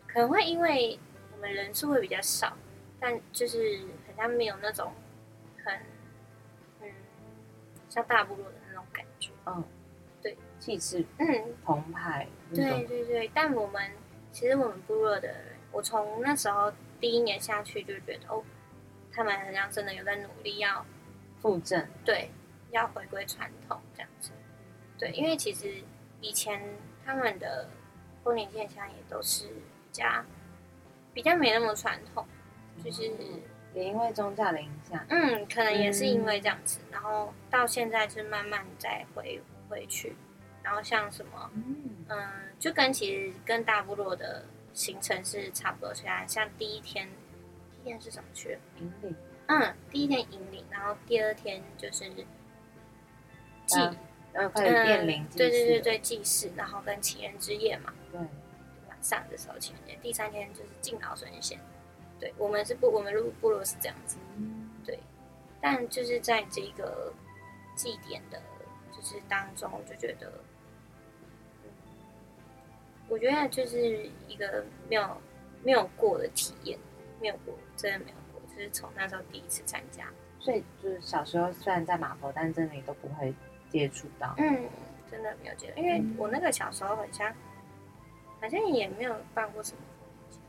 I: 可能会因为我们人数会比较少，但就是好像没有那种很嗯像大部落的那种感觉。
G: 哦气势
I: 嗯，
G: 澎湃那
I: 对
G: 种。
I: 对对，但我们其实我们部落的人，我从那时候第一年下去就觉得哦，他们好像真的有在努力要
G: 附赠，
I: 对，要回归传统这样子。对，因为其实以前他们的婚礼现象也都是比较比较没那么传统，就是
G: 也因为宗教的影响，
I: 嗯，可能也是因为这样子，然后到现在是慢慢再回回去，然后像什么
G: 嗯，
I: 嗯，就跟其实跟大部落的行程是差不多，虽然像第一天第一天是什么去了？
G: 引领
I: 嗯，第一天引领，然后第二天就是祭
G: 啊然后开始变灵，
I: 对嗯对对，对，祭祀，然后跟情人之夜嘛，
G: 对，
I: 晚上的时候情人节，第三天就是敬老尊贤。对我们是不，我们部部落是这样子，对，但就是在这个祭典的，就是当中，我就觉得，嗯，我觉得就是一个没有没有过的体验，没有过，真的没有过，就是从那时候第一次参加，
G: 所以就是小时候虽然在码头，但真的你都不会接触到，
I: 嗯，真的没有觉得，因为
G: 嗯
I: 我那个小时候好像好像也没有办过什么婚礼节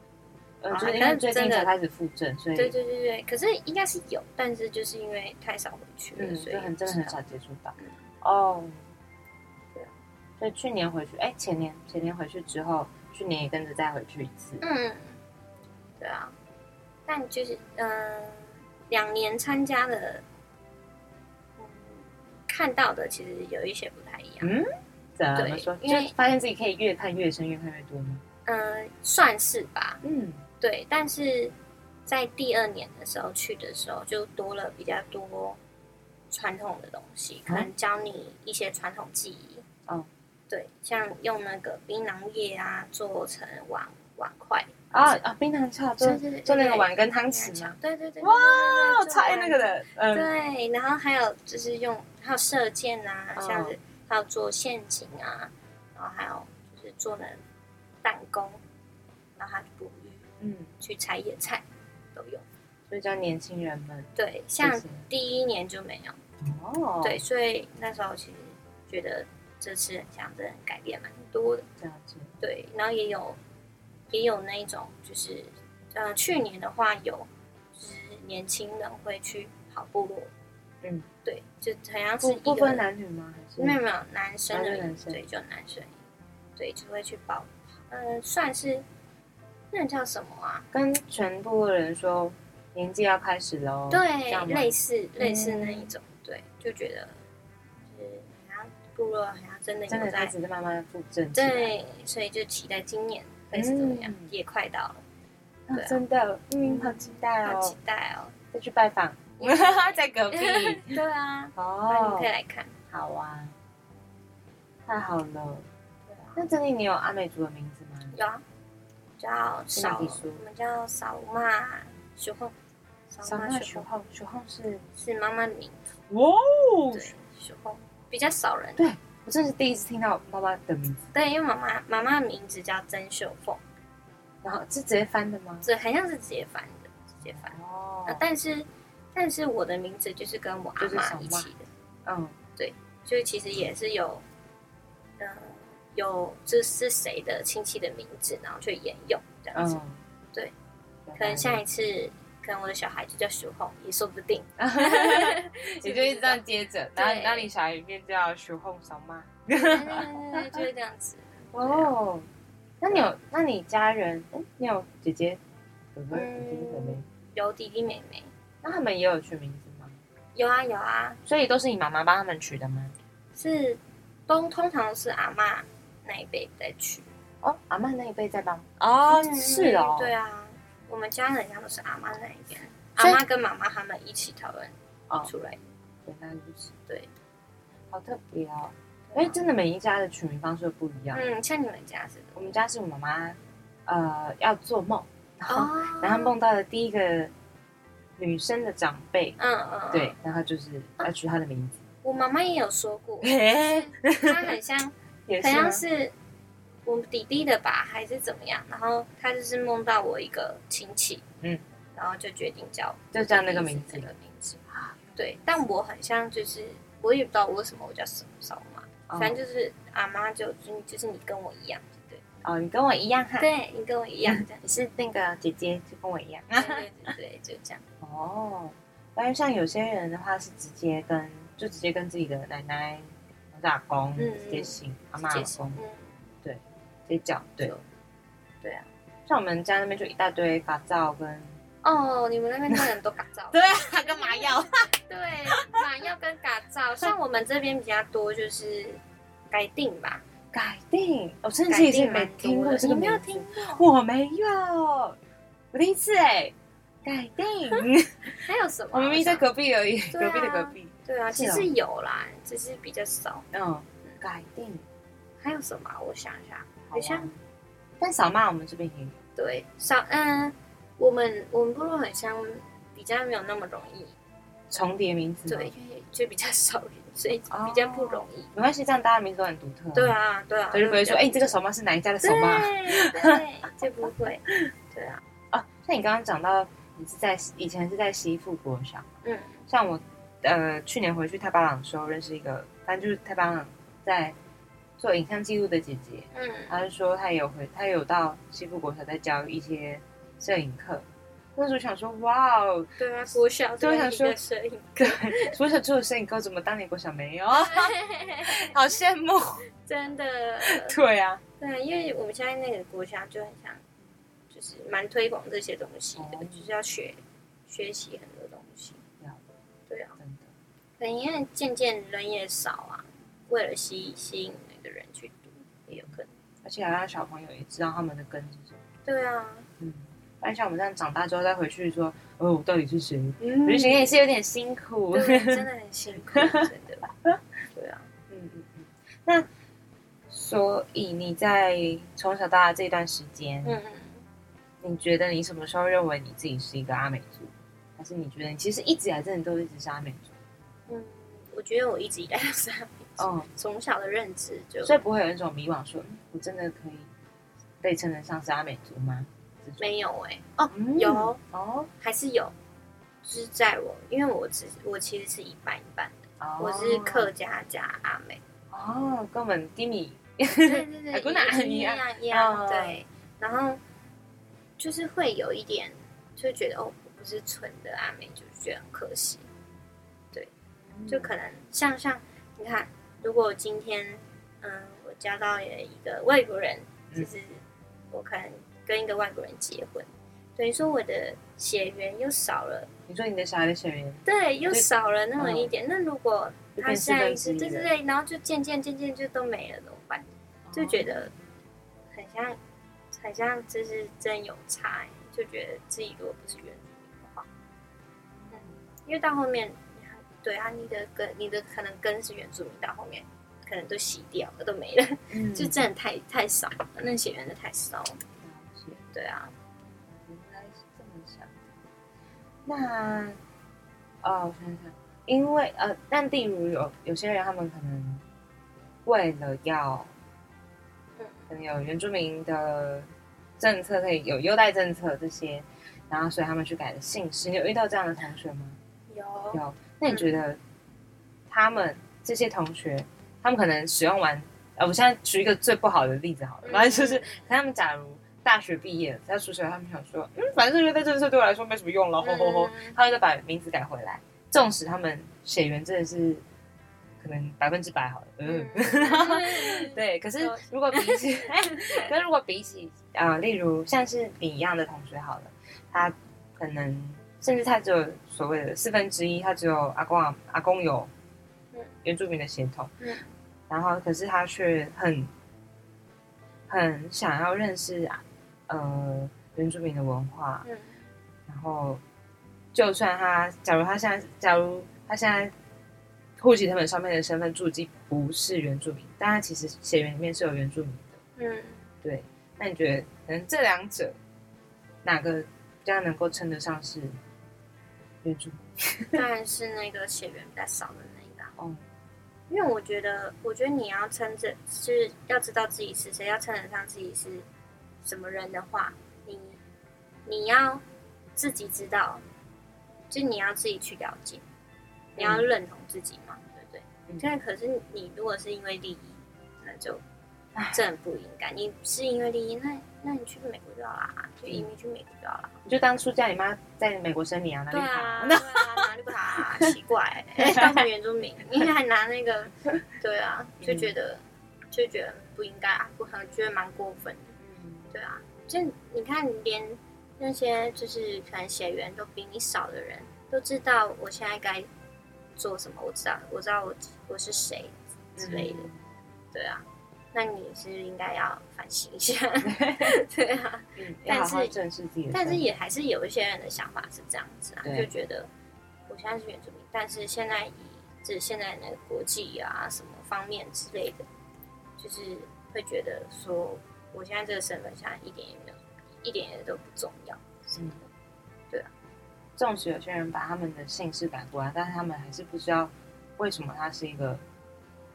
G: 呃，
I: 啊
G: 就是因
I: 但
G: 为
I: 是
G: 最近
I: 真的
G: 才开始附赠，所以
I: 对对对对，可是应该是有，但是就是因为太少回去了，
G: 嗯，
I: 所以
G: 就很真的
I: 不
G: 很
I: 知道
G: 少。接触到
I: 嗯，
G: 哦，
I: 对啊，
G: 所以去年回去，哎，前年前年回去之后，去年也跟着再回去一次，
I: 嗯，对啊，但就是嗯、呃两年参加的，嗯，看到的其实有一些不太一样。
G: 嗯，怎么
I: 对
G: 说？
I: 因为
G: 就发现自己可以越看越深，越看越多吗？
I: 嗯、算是吧，
G: 嗯，
I: 对，但是在第二年的时候去的时候，就多了比较多传统的东西，可能教你一些传统技艺。
G: 啊哦，
I: 对，像用那个槟榔叶啊做成碗碗筷，
G: 啊啊，冰糖竅做
I: 对对对
G: 做那个
I: 对
G: 碗跟汤匙嘛，
I: 对对对，
G: 哇
I: 哇
G: 哦，超爱那个。的，嗯，
I: 对，然后还有就是用还有射箭啊，
G: 哦
I: 像是还有做陷阱啊，然后还有就是做那弹弓，然后还有捕鱼、
G: 嗯，
I: 去采野菜都有。
G: 所以叫年轻人们
I: 对，像
G: 是
I: 第一年就没有，
G: 哦，
I: 对，，所以那时候其实觉得这次很像真的改变蛮多的，
G: 这样子，
I: 对，然后也有也有那一种就是，呃，去年的话有就是年轻人会去跑部落，
G: 嗯，
I: 对，就好像是
G: 不
I: 一
G: 不分
I: 个
G: 男女吗？还是
I: 没有没有男生
G: 男
I: 而
G: 生男
I: 已，
G: 生
I: 对，就男生，对，就会去跑，呃，算是那叫什么啊？
G: 跟全部的人说年纪要开始喽？哦这
I: 对，
G: 样吗嗯
I: 类似类似那一种，对，就觉得就是好像部落好像真的
G: 真的
I: 有
G: 开
I: 在
G: 始在慢慢复正起来，
I: 对，所以就期待今年会是怎么样，
G: 嗯
I: 也快到了，
G: 啊
I: 对啊
G: 真的，嗯，好期待
I: 好期
G: 哦，
I: 待哦。
G: 再去拜 访
J: 在隔壁。
I: 对啊，那你
G: 哦
I: 们可以，来看。
G: 好啊，太好了。
I: 对啊，
G: 那这里你有阿美族的名字吗？
I: 有啊，叫少，
G: 跟你说
I: 我们叫少妈雪后，少
G: 小
I: 妈
G: 那
I: 雪
G: 许
I: 后
G: 后，许后是
I: 是妈妈的名字，
G: 哇哦
I: 对，雪后比较少人。
G: 对我真是第一次听到妈妈的名字，
I: 对，因为妈妈妈妈的名字叫曾秀凤，
G: 然后是直接翻的吗？
I: 这好像是直接翻的，直接翻。
G: 哦
I: 啊，但是但是我的名字就是跟我阿
G: 就是
I: 妈
G: 小
I: 一
G: 妈
I: 起的，
G: 嗯，
I: 就其实也是有，嗯、有这是谁的亲戚的名字，然后去沿用这样子。
G: 嗯，
I: 对，
G: 了
I: 可能下一次，可能我的小孩就叫徐红，也说不定。
J: 你就一直这样接着，然后那你小孩里面叫熊红小妈。
I: 对，就是这样子。
G: 哦，
J: 啊
G: 那你有，那你家人，哎，你有姐姐，有没有
I: 嗯
G: 姐姐妹妹？
I: 有弟弟妹妹，
G: 那他们也有取名字吗？
I: 有啊有啊，
G: 所以都是你妈妈帮他们取的吗？
I: 是都通常是阿嬷那一辈在取。
G: 哦，阿妈那一辈在帮。
J: 哦
I: 嗯
G: 是哦
I: 对啊，我们家人家都是阿妈那一边，
G: 所
I: 阿
G: 以
I: 妈跟妈妈他们一起讨论
G: 哦
I: 出来的。
G: 原来如此，
I: 对，
G: 好特别哦。因
J: 啊
G: 为真的每一家的取名方式都不一样。
I: 嗯，像你们家是
G: 我们家是我妈妈，呃，要做梦，然后、
I: 哦，
J: 嗯
G: 然后梦到了第一个女生的长辈，
I: 嗯嗯，
G: 对，，然后就是要取她的名字，
I: 我妈妈也有说过， 她很像，
G: 也
I: 很
G: 是吗
I: 像哎是啊我弟弟的吧，还是怎么样？然后她就是梦到我一个亲戚，
G: 嗯，
I: 然后就决定叫
G: 就叫那个名
I: 那
G: 字
I: 个名字。对，但我很像就是我也不知道为什么我叫什么少妈，
G: 哦
I: 反正就是阿妈就就就是你跟我一样，对
G: 哦，你跟我一样哈，
I: 对，你跟我一样 这样
G: 你是那个姐姐，就跟我一样。
I: 对对对，对就这样。
G: 哦，但是像有些人的话是直接跟就直接跟自己的奶奶、或者阿公、
I: 嗯
G: 直接姓阿妈、阿
I: 直
G: 公
I: 接
G: 直
I: 嗯，
G: 接叫，对
I: 就对啊。
G: 像我们家那边就一大堆发皂跟
I: 哦，你们那边真的很多嘎 造。
J: 对啊，干嘛要？
I: 对，麻药跟嘎造，像我们这边比较多就是改定吧，
G: 改定，我甚
I: 改
G: 至也是
I: 定
G: 没
I: 蛮
G: 听
I: 多
G: 过
I: 的。
G: 这
I: 你
G: 个
I: 没有
G: 名字
I: 听过？
G: 我没有，我第一次哎、改定，
I: 还有什么啊？
J: 我们明明在隔壁而已，
I: 对啊
J: 隔壁的隔壁。
I: 对啊，
G: 是
I: 其
G: 哦
I: 实有啦，只是比较少。
G: 嗯，改定，
I: 还有什么啊？我想一下，
G: 好
I: 好像
G: 像，但扫骂我们这边也有，
I: 对少嗯，我们我们部落很像比较没有那么容易，
G: 重叠名字，
I: 对，，因为就比较少人，所以比较不容易。
G: 没关系，这样大家名字都很独特，
I: 对，啊，对啊，
G: 所以就不会说，哎、
I: 对
G: 这个手妈是哪一家的手
I: 对
G: 妈？
I: 对，就不会。对啊，
G: 啊，像你刚刚讲到，你是在以前是在西富国小，
I: 嗯，
G: 像我呃去年回去太巴朗的时候，认识一个，反正就是太巴朗在做影像记录的姐姐，
I: 嗯。
G: 她就说她也有回，她也有到西富国小在教一些摄影课。那时候想说，哇哦，
I: 对啊，国小
G: 对我想
I: 一
G: 说
I: 个摄影
G: 对，国小做的摄影课怎么当年国小没 有？
J: 好羡慕。
I: 真的，
G: 对啊，
I: 对，因为我们现在那个国家就很像，就是蛮推广这些东西的，
G: 哦
I: 就是要学学习很多东西。
G: 了
I: 对啊，
G: 真的。
I: 可能因为渐渐人也少啊，为了吸吸引那个人去读，也有可能。
G: 而且还让小朋友也知道他们的根是什么。
I: 对啊，
G: 嗯，不然像我们这样长大之后再回去说，哦，我到底是谁？
I: 嗯
G: 旅行也是有点辛苦。
I: 对，真的很辛苦，啊真的。对啊，
G: 嗯嗯嗯，那所以你在从小到大这段时间，
I: 嗯嗯。
G: 你觉得你什么时候认为你自己是一个阿美族，还是你觉得你其实一直以来真的都一直是阿美族？
I: 嗯，我觉得我一直以来都是阿美族，
G: 哦，
I: 从小的认知就
G: 所以不会有一种迷惘说，嗯我真的可以被称得上是阿美族吗？
I: 没有哎、哦，
G: 嗯
I: 有
G: 哦
I: 还是有，就是在我，因为我只我其实是一半一半的，
G: 哦，
I: 我是客家加阿美，
G: 哦，跟我们蒂米
I: 对 对对，
G: 哎姑娘
I: 一样一样，
G: 哦
I: 对，然后就是会有一点，就觉得哦，我不是纯的阿美，就觉得很可惜，就可能像像你看，如果今天嗯，我交到了一个外国人，
G: 嗯
I: 就是我可能跟一个外国人结婚，等于说我的血缘又少了。
G: 你说你的小孩的血缘，
I: 对，又
G: 对
I: 少了那么一点。那如果
G: 就
I: 他
G: 变
I: 现在是
G: 四分之
I: 对
G: 一
I: 对
G: 了
I: 对，然后就渐渐渐渐就都没了，怎么办？就觉
G: 得
I: 得很像，很像就是真有差欸、就觉得自己如果不是原住民的话，嗯，因为到后面，对啊，你的根，你的可能根是原住民，到后面可能都洗掉了，都没
G: 嗯
I: 了，就真的太太少了，那血缘的太少了，对啊，
G: 原来是这么想。那，哦，我想想，因为呃，但例如有有些人，他们可能为了要，
I: 嗯
G: 可能有原住民的政策可以有优待政策这些，然后所以他们去改了姓氏。你有遇到这样的同学吗？
I: 有
G: 有。那你觉得他们这些同学，他们可能使用完，呃，我现在举一个最不好的例子好了，反正就是，可他们假如大学毕业了，在宿舍他们想说，嗯，反正这个在政策对我来说没什么用了，吼吼吼，
I: 嗯
G: 他们就把名字改回来。纵使他们血缘真的是可能百分之百好了，嗯，
I: 嗯
G: 对。可是如果比 起，可是如果比起啊、呃例如像是你一样的同学好了，他可能甚至他只有所谓的四分之一，他只有阿公阿阿公有
I: 嗯
G: 原住民的血统，
I: 嗯
G: 然后可是他却很很想要认识呃原住民的文化，
I: 嗯
G: 然后就算他，假如他现在，假如他现在户籍成本上面的身份注记不是原住民，但他其实血缘里面是有原住民的。
I: 嗯，
G: 对，那你觉得可能这两者哪个比较能够称得上是原住民？
I: 当然是那个血缘比较少的那个啊，
G: 哦，
I: 因为我觉得，我觉得你要称着是要知道自己是谁，要称得上自己是什么人的话，你你要自己知道，就你要自己去了解，你要认同自己嘛，对不对？
G: 嗯
I: 但可是你如果是因为利益，那就这很不应该。你是因为利益，那那你去美国就好啦，
G: 嗯
I: 就移民去美国就好啦。
G: 你就当初叫你妈在美国生你啊，那就
I: 对
G: 好
I: 啊，对
G: 那
I: 啊，拿绿卡，奇怪、欸，当什么原住民？你还拿那个？对啊，就觉得、就觉得不应该啊，不可能，觉得蛮过分的。对啊，就你看，连那些就是可能血缘都比你少的人，都知道我现在该做什么，我知道，我知道我我是谁之类的。
G: 嗯
I: 对啊，那你是应该要反省一下。对啊。
G: 嗯，要
I: 但
G: 好
I: 是
G: 好正视自己的身份，
I: 但是也还是有一些人的想法是这样子啊，
G: 对
I: 就觉得我现在是原住民，但是现在以就是现在那个国际啊什么方面之类的，就是会觉得说我现在这个身份现在一点也没有，一点也都不重要什么
G: 嗯
I: 的。
G: 纵使有些人把他们的姓氏改过来，但是他们还是不知道为什么他是一个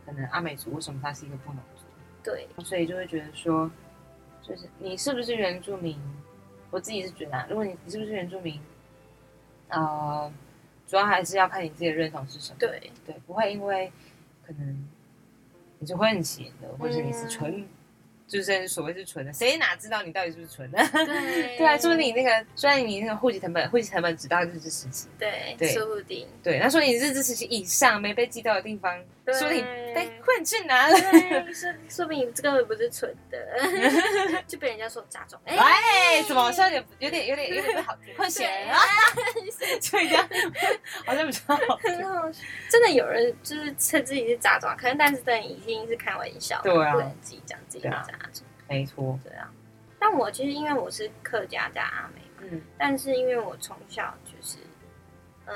G: 可能阿美族，为什么他是一个布农族，
I: 对，
G: 所以就会觉得说，就是你是不是原住民？我自己是觉得啊、如果你你是不是原住民，呃，主要还是要看你自己的认同是什么。
I: 对，
G: 对，不会因为可能你是混血的，或者你
I: 嗯
G: 是纯，就是所谓是纯的，谁哪知道你到底是不是纯的？
I: 对
G: 对啊，说不定你那个，虽然你那个户籍成本，户籍成本只到日治时期，
I: 对，
G: 对
I: 说不 定。
G: 对，那说你日治时期以上没被寄到的地方，
I: 对
G: 说你被混去哪了？
I: 对，说说明你这个不是蠢的， 就被人家说假装。哎、
G: 哎，怎么好像有点有点有点有点不好听？混血啊，就这样，好像比 较好听。
I: 然后真的有人就是称自己是杂种，可能但是真的已经是开玩笑，
G: 对啊
I: 不能自己讲自己是
G: 对啊
I: 杂种，
G: 没错，
I: 对啊。但我其实因为我是客家加阿美嘛，
G: 嗯
I: 但是因为我从小就是，嗯、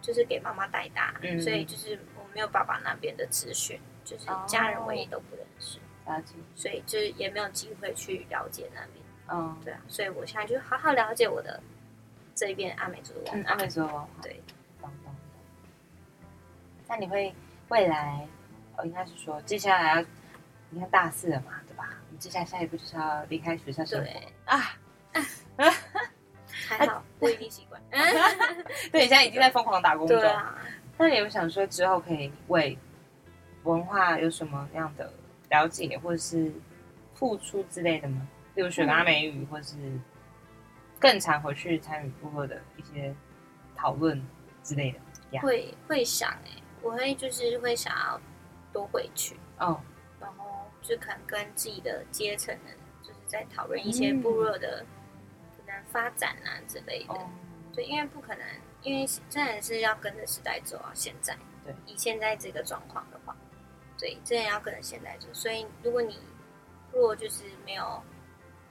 I: 就是给妈妈带大，
G: 嗯
I: 所以就是我没有爸爸那边的资讯，就是家人我也都不认识，
G: 了解，
I: 所以就是也没有机会去了解那边，
G: 嗯，
I: 对啊。所以我现在就好好了解我的这边阿美族的
G: 嗯
I: 文，化，
G: 阿美族的文化，
I: 对，
G: 懂懂懂。那你会未来，哦，应该是说接下来要，你看大四了嘛，对吧？你接下来下一步就是要离开学校生活
I: 对
G: 啊，
I: 还好我已 经习惯，
G: 对，你现在已经在疯狂打工中。
I: 对啊。
G: 那你有想说之后可以为文化有什么样的了解或者是付出之类的吗？例如学拉美语，或是更常回去参与部落的一些讨论之类的。呀，
I: 会会想哎、我会就是会想要多回去，
G: 哦，
I: 然后就可能跟自己的阶层的人，就是在讨论一
G: 嗯
I: 些部落的可能发展啊之类的。
G: 哦，
I: 对，因为不可能，因为真的是要跟着时代走啊。现在，
G: 对，
I: 以现在这个状况的话，对，真的要跟着现在走。所以，如果你如果就是没有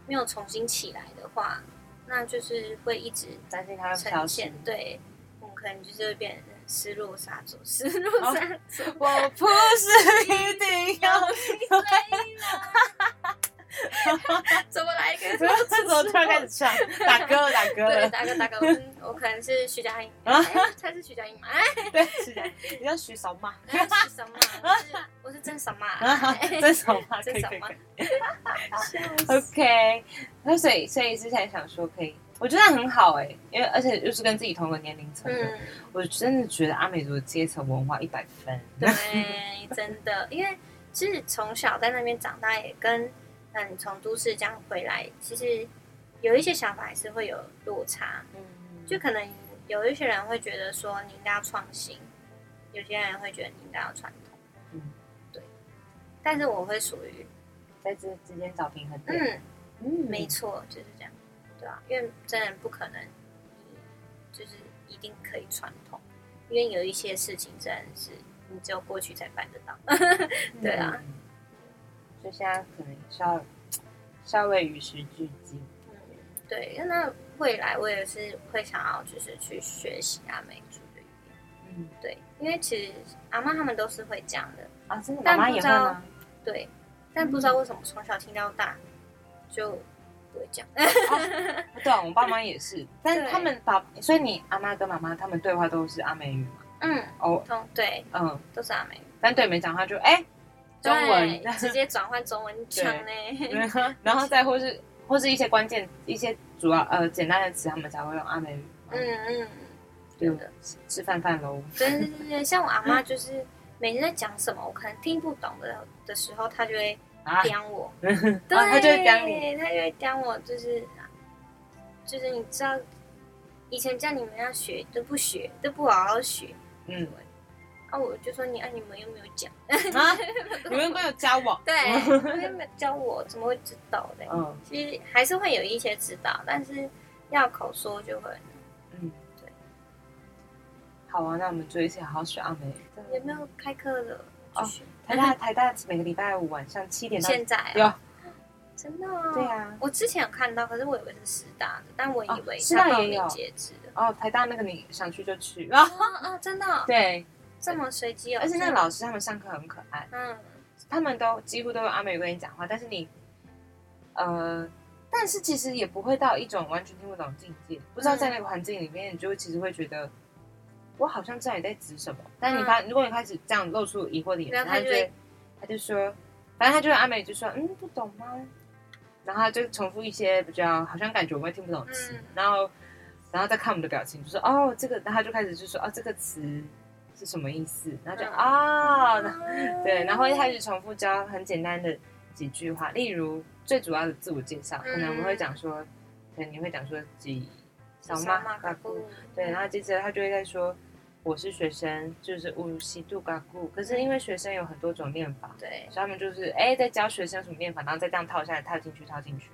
I: 没有重新起来的话，那就是会一直
G: 担心他消
I: 呈
G: 失
I: 现。，对，我们可能就是会变成失落杀手，失
G: 哦
I: 落杀 手。
G: 我不是一定要
I: 怎么来一个？
G: 怎么突然开始唱？打歌了，打歌
I: 对，
G: 了。
I: 大哥大哥，嗯我可能是徐佳莹，
G: 啊
I: 哎他是徐佳莹吗？哎，
G: 对，是的，你要学扫码，
I: 哎是什么？
G: 啊
I: 我是我是真什么？ 哎
G: 真扫 码，可以
I: 真
G: 可以
I: 什
G: 可以
I: 么。？
G: OK，那所以所以之前想说可以，我觉得很好哎、因为而且又是跟自己同个年龄层的，
I: 嗯，
G: 我真的觉得阿美族的阶层文化一百分。
I: 对，真的，因为其实从小在那边长大，也跟那你从都市这样回来，其实有一些想法还是会有落差。
G: 嗯，
I: 就可能有一些人会觉得说你应该要创新，有些人会觉得你应该要传统。
G: 嗯，
I: 对。但是我会属于，
G: 在这之间找平衡点。
I: 嗯，
G: 嗯
I: 没错，就是这样，对啊，因为真的不可能，就是一定可以传统，因为有一些事情真的是你只有过去才办得到。 对啊，
G: 嗯，就现在可能是要稍微与时俱进。
I: 嗯，对，那未来我也是会想要就是去学习阿美族的语言，
G: 嗯
I: 对，因为其实阿妈他们都是会讲的，
G: 啊，真的，妈
I: 但
G: 妈
I: 不
G: 也
I: 知
G: 会
I: 道
G: 吗？
I: 对，但不知道为什么从小听到大就不会讲。哎
G: 对啊，我爸妈也 是，但是
I: 对
G: 他们把，所以你阿妈跟妈妈他们对话都是阿美语嘛？
I: 嗯，
G: 哦，
I: 通对，
G: 嗯，
I: 都是阿美语。
G: 但对没讲话就哎、中文，
I: 对直接转换中文腔呢。
G: 然后再或是或是一些关键一些主要呃简单的词，他们才会用阿美语。
I: 嗯嗯，
G: 对
I: 对的，
G: 吃饭饭喽。
I: 对对对对，像我阿
G: 嗯
I: 妈就是每次在讲什么，我可能听不懂的的时候，她就会
G: 啊，
I: 刁 我，对，
G: 她就会刁你，
I: 她就会刁我，就是就是你知道，以前叫你们要学都不学，都不好好学，
G: 嗯
I: 啊，我就说你啊，你们又没有讲，
G: 啊，你们没有交往，
I: 对， 你们没有教我，怎么会知道嘞？
G: 嗯
I: 其实还是会有一些指导，但是要口说就会
G: 嗯，
I: 对。
G: 好啊，那我们就一起好好学阿美语。
I: 有没有开课的？
G: 哦
I: 就是
G: 台大台大每个礼拜五晚上七点到
I: 现在啊
G: 有
I: 真的、哦？
G: 对啊
I: 我之前有看到，可是我以为是师大的，但我以
G: 哦
I: 为
G: 师
I: 他
G: 大
I: 报
G: 也有
I: 名截止了。
G: 哦，台大那个你想去就去啊。
I: 哦哦，真的哦、
G: 对，
I: 这么随机哦！
G: 而且那个老师他们上课很可爱，
I: 嗯，
G: 他们都几乎都用阿美语跟你讲话，但是你，呃，但是其实也不会到一种完全听不懂的境界。不知
I: 嗯
G: 道在那个环境里面，你就会其实会觉得，我好像知道你在指什么。但你发，如果你开始这样露出疑惑的眼
I: 嗯然
G: 神，
I: 后
G: 他
I: 他
G: 就
I: 就会
G: 会他就说，反正他就会阿美语就说，嗯，不懂吗？然后他就重复一些比较好像感觉我们会听不懂的词，
I: 嗯
G: 然后然后再看我们的表情，就说哦这个，然后他就开始就说哦这个词是什么意思，然后就
I: 嗯
G: 啊、然后
I: 哦
G: 对，然后一开始重复教很简单的几句话，例如最主要的自我介绍，可能我们会讲说，可能你会讲说几小马嘎咕，对，然后接着他就会再说我是学生，就是乌西杜嘎咕，可是因为学生有很多种念法，
I: 对
G: 所以他们就是哎在教学生什么念法，然后再这样套下来套进去套进去，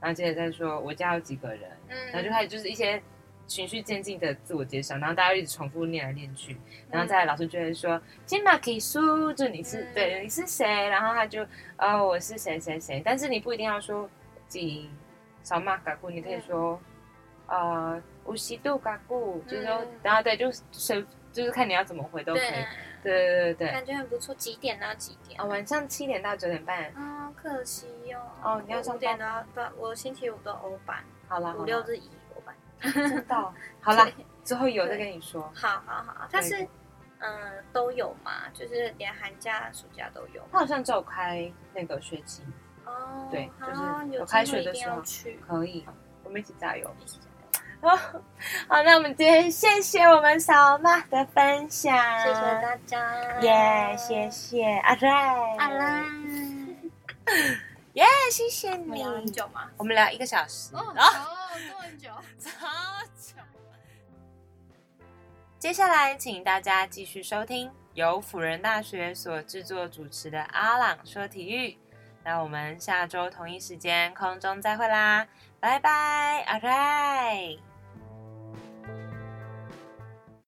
G: 然后接着再说我家有几个人，
I: 嗯，
G: 然后就开始就是一些循序渐进的自我介绍，然后大家一直重复念来念去，然后再来老师就会说金马可书，就你是
I: 嗯
G: 对你是谁，然后他就哦我是谁谁谁，但是你不一定要说几小马嘎咕，你
I: 嗯
G: 可以说呃无锡度嘎咕，就是说
I: 嗯
G: 然后对就是随就是看你要怎么回都可以对
I: 对，，
G: 对对对对，
I: 感觉很不错。几点到几点？
G: 啊晚上七点到九点半，
I: 啊，可惜哦。
G: 哦你要
I: 我
G: 上
I: 五点都要，不，我星期五都欧班，
G: 好了
I: 五六日一欧班。
G: 知道，好了
I: 对
G: 之后有再跟你说，
I: 好好好，它
G: 对
I: 是嗯都有嘛，就是连寒假、暑假都有。
G: 他好像只有开那个学期。
I: 哦，
G: 对
I: 好
G: 就是
I: 有
G: 我
I: 机
G: 开
I: 会
G: 学
I: 一
G: 的
I: 定
G: 时
I: 要
G: 候
I: 去。
G: 可以，我们一起加油。
I: 一起加
G: 哦好，那我们今天谢谢我们小马的分享，
I: 油谢谢大家，
G: 耶嗯谢谢阿瑞，
I: 阿拉，
G: 耶谢谢
I: 我们
G: 你
I: 聊。啊很久吗？
G: 我们聊一个小时，
H: 哦，
G: 然后
H: 这么久。
J: 超久。
G: 接下来请
J: 请大家继续收听由辅仁大学所制作主持的《阿朗说体育》。那我们下周同一时间空中再会啦，拜拜，阿瑞。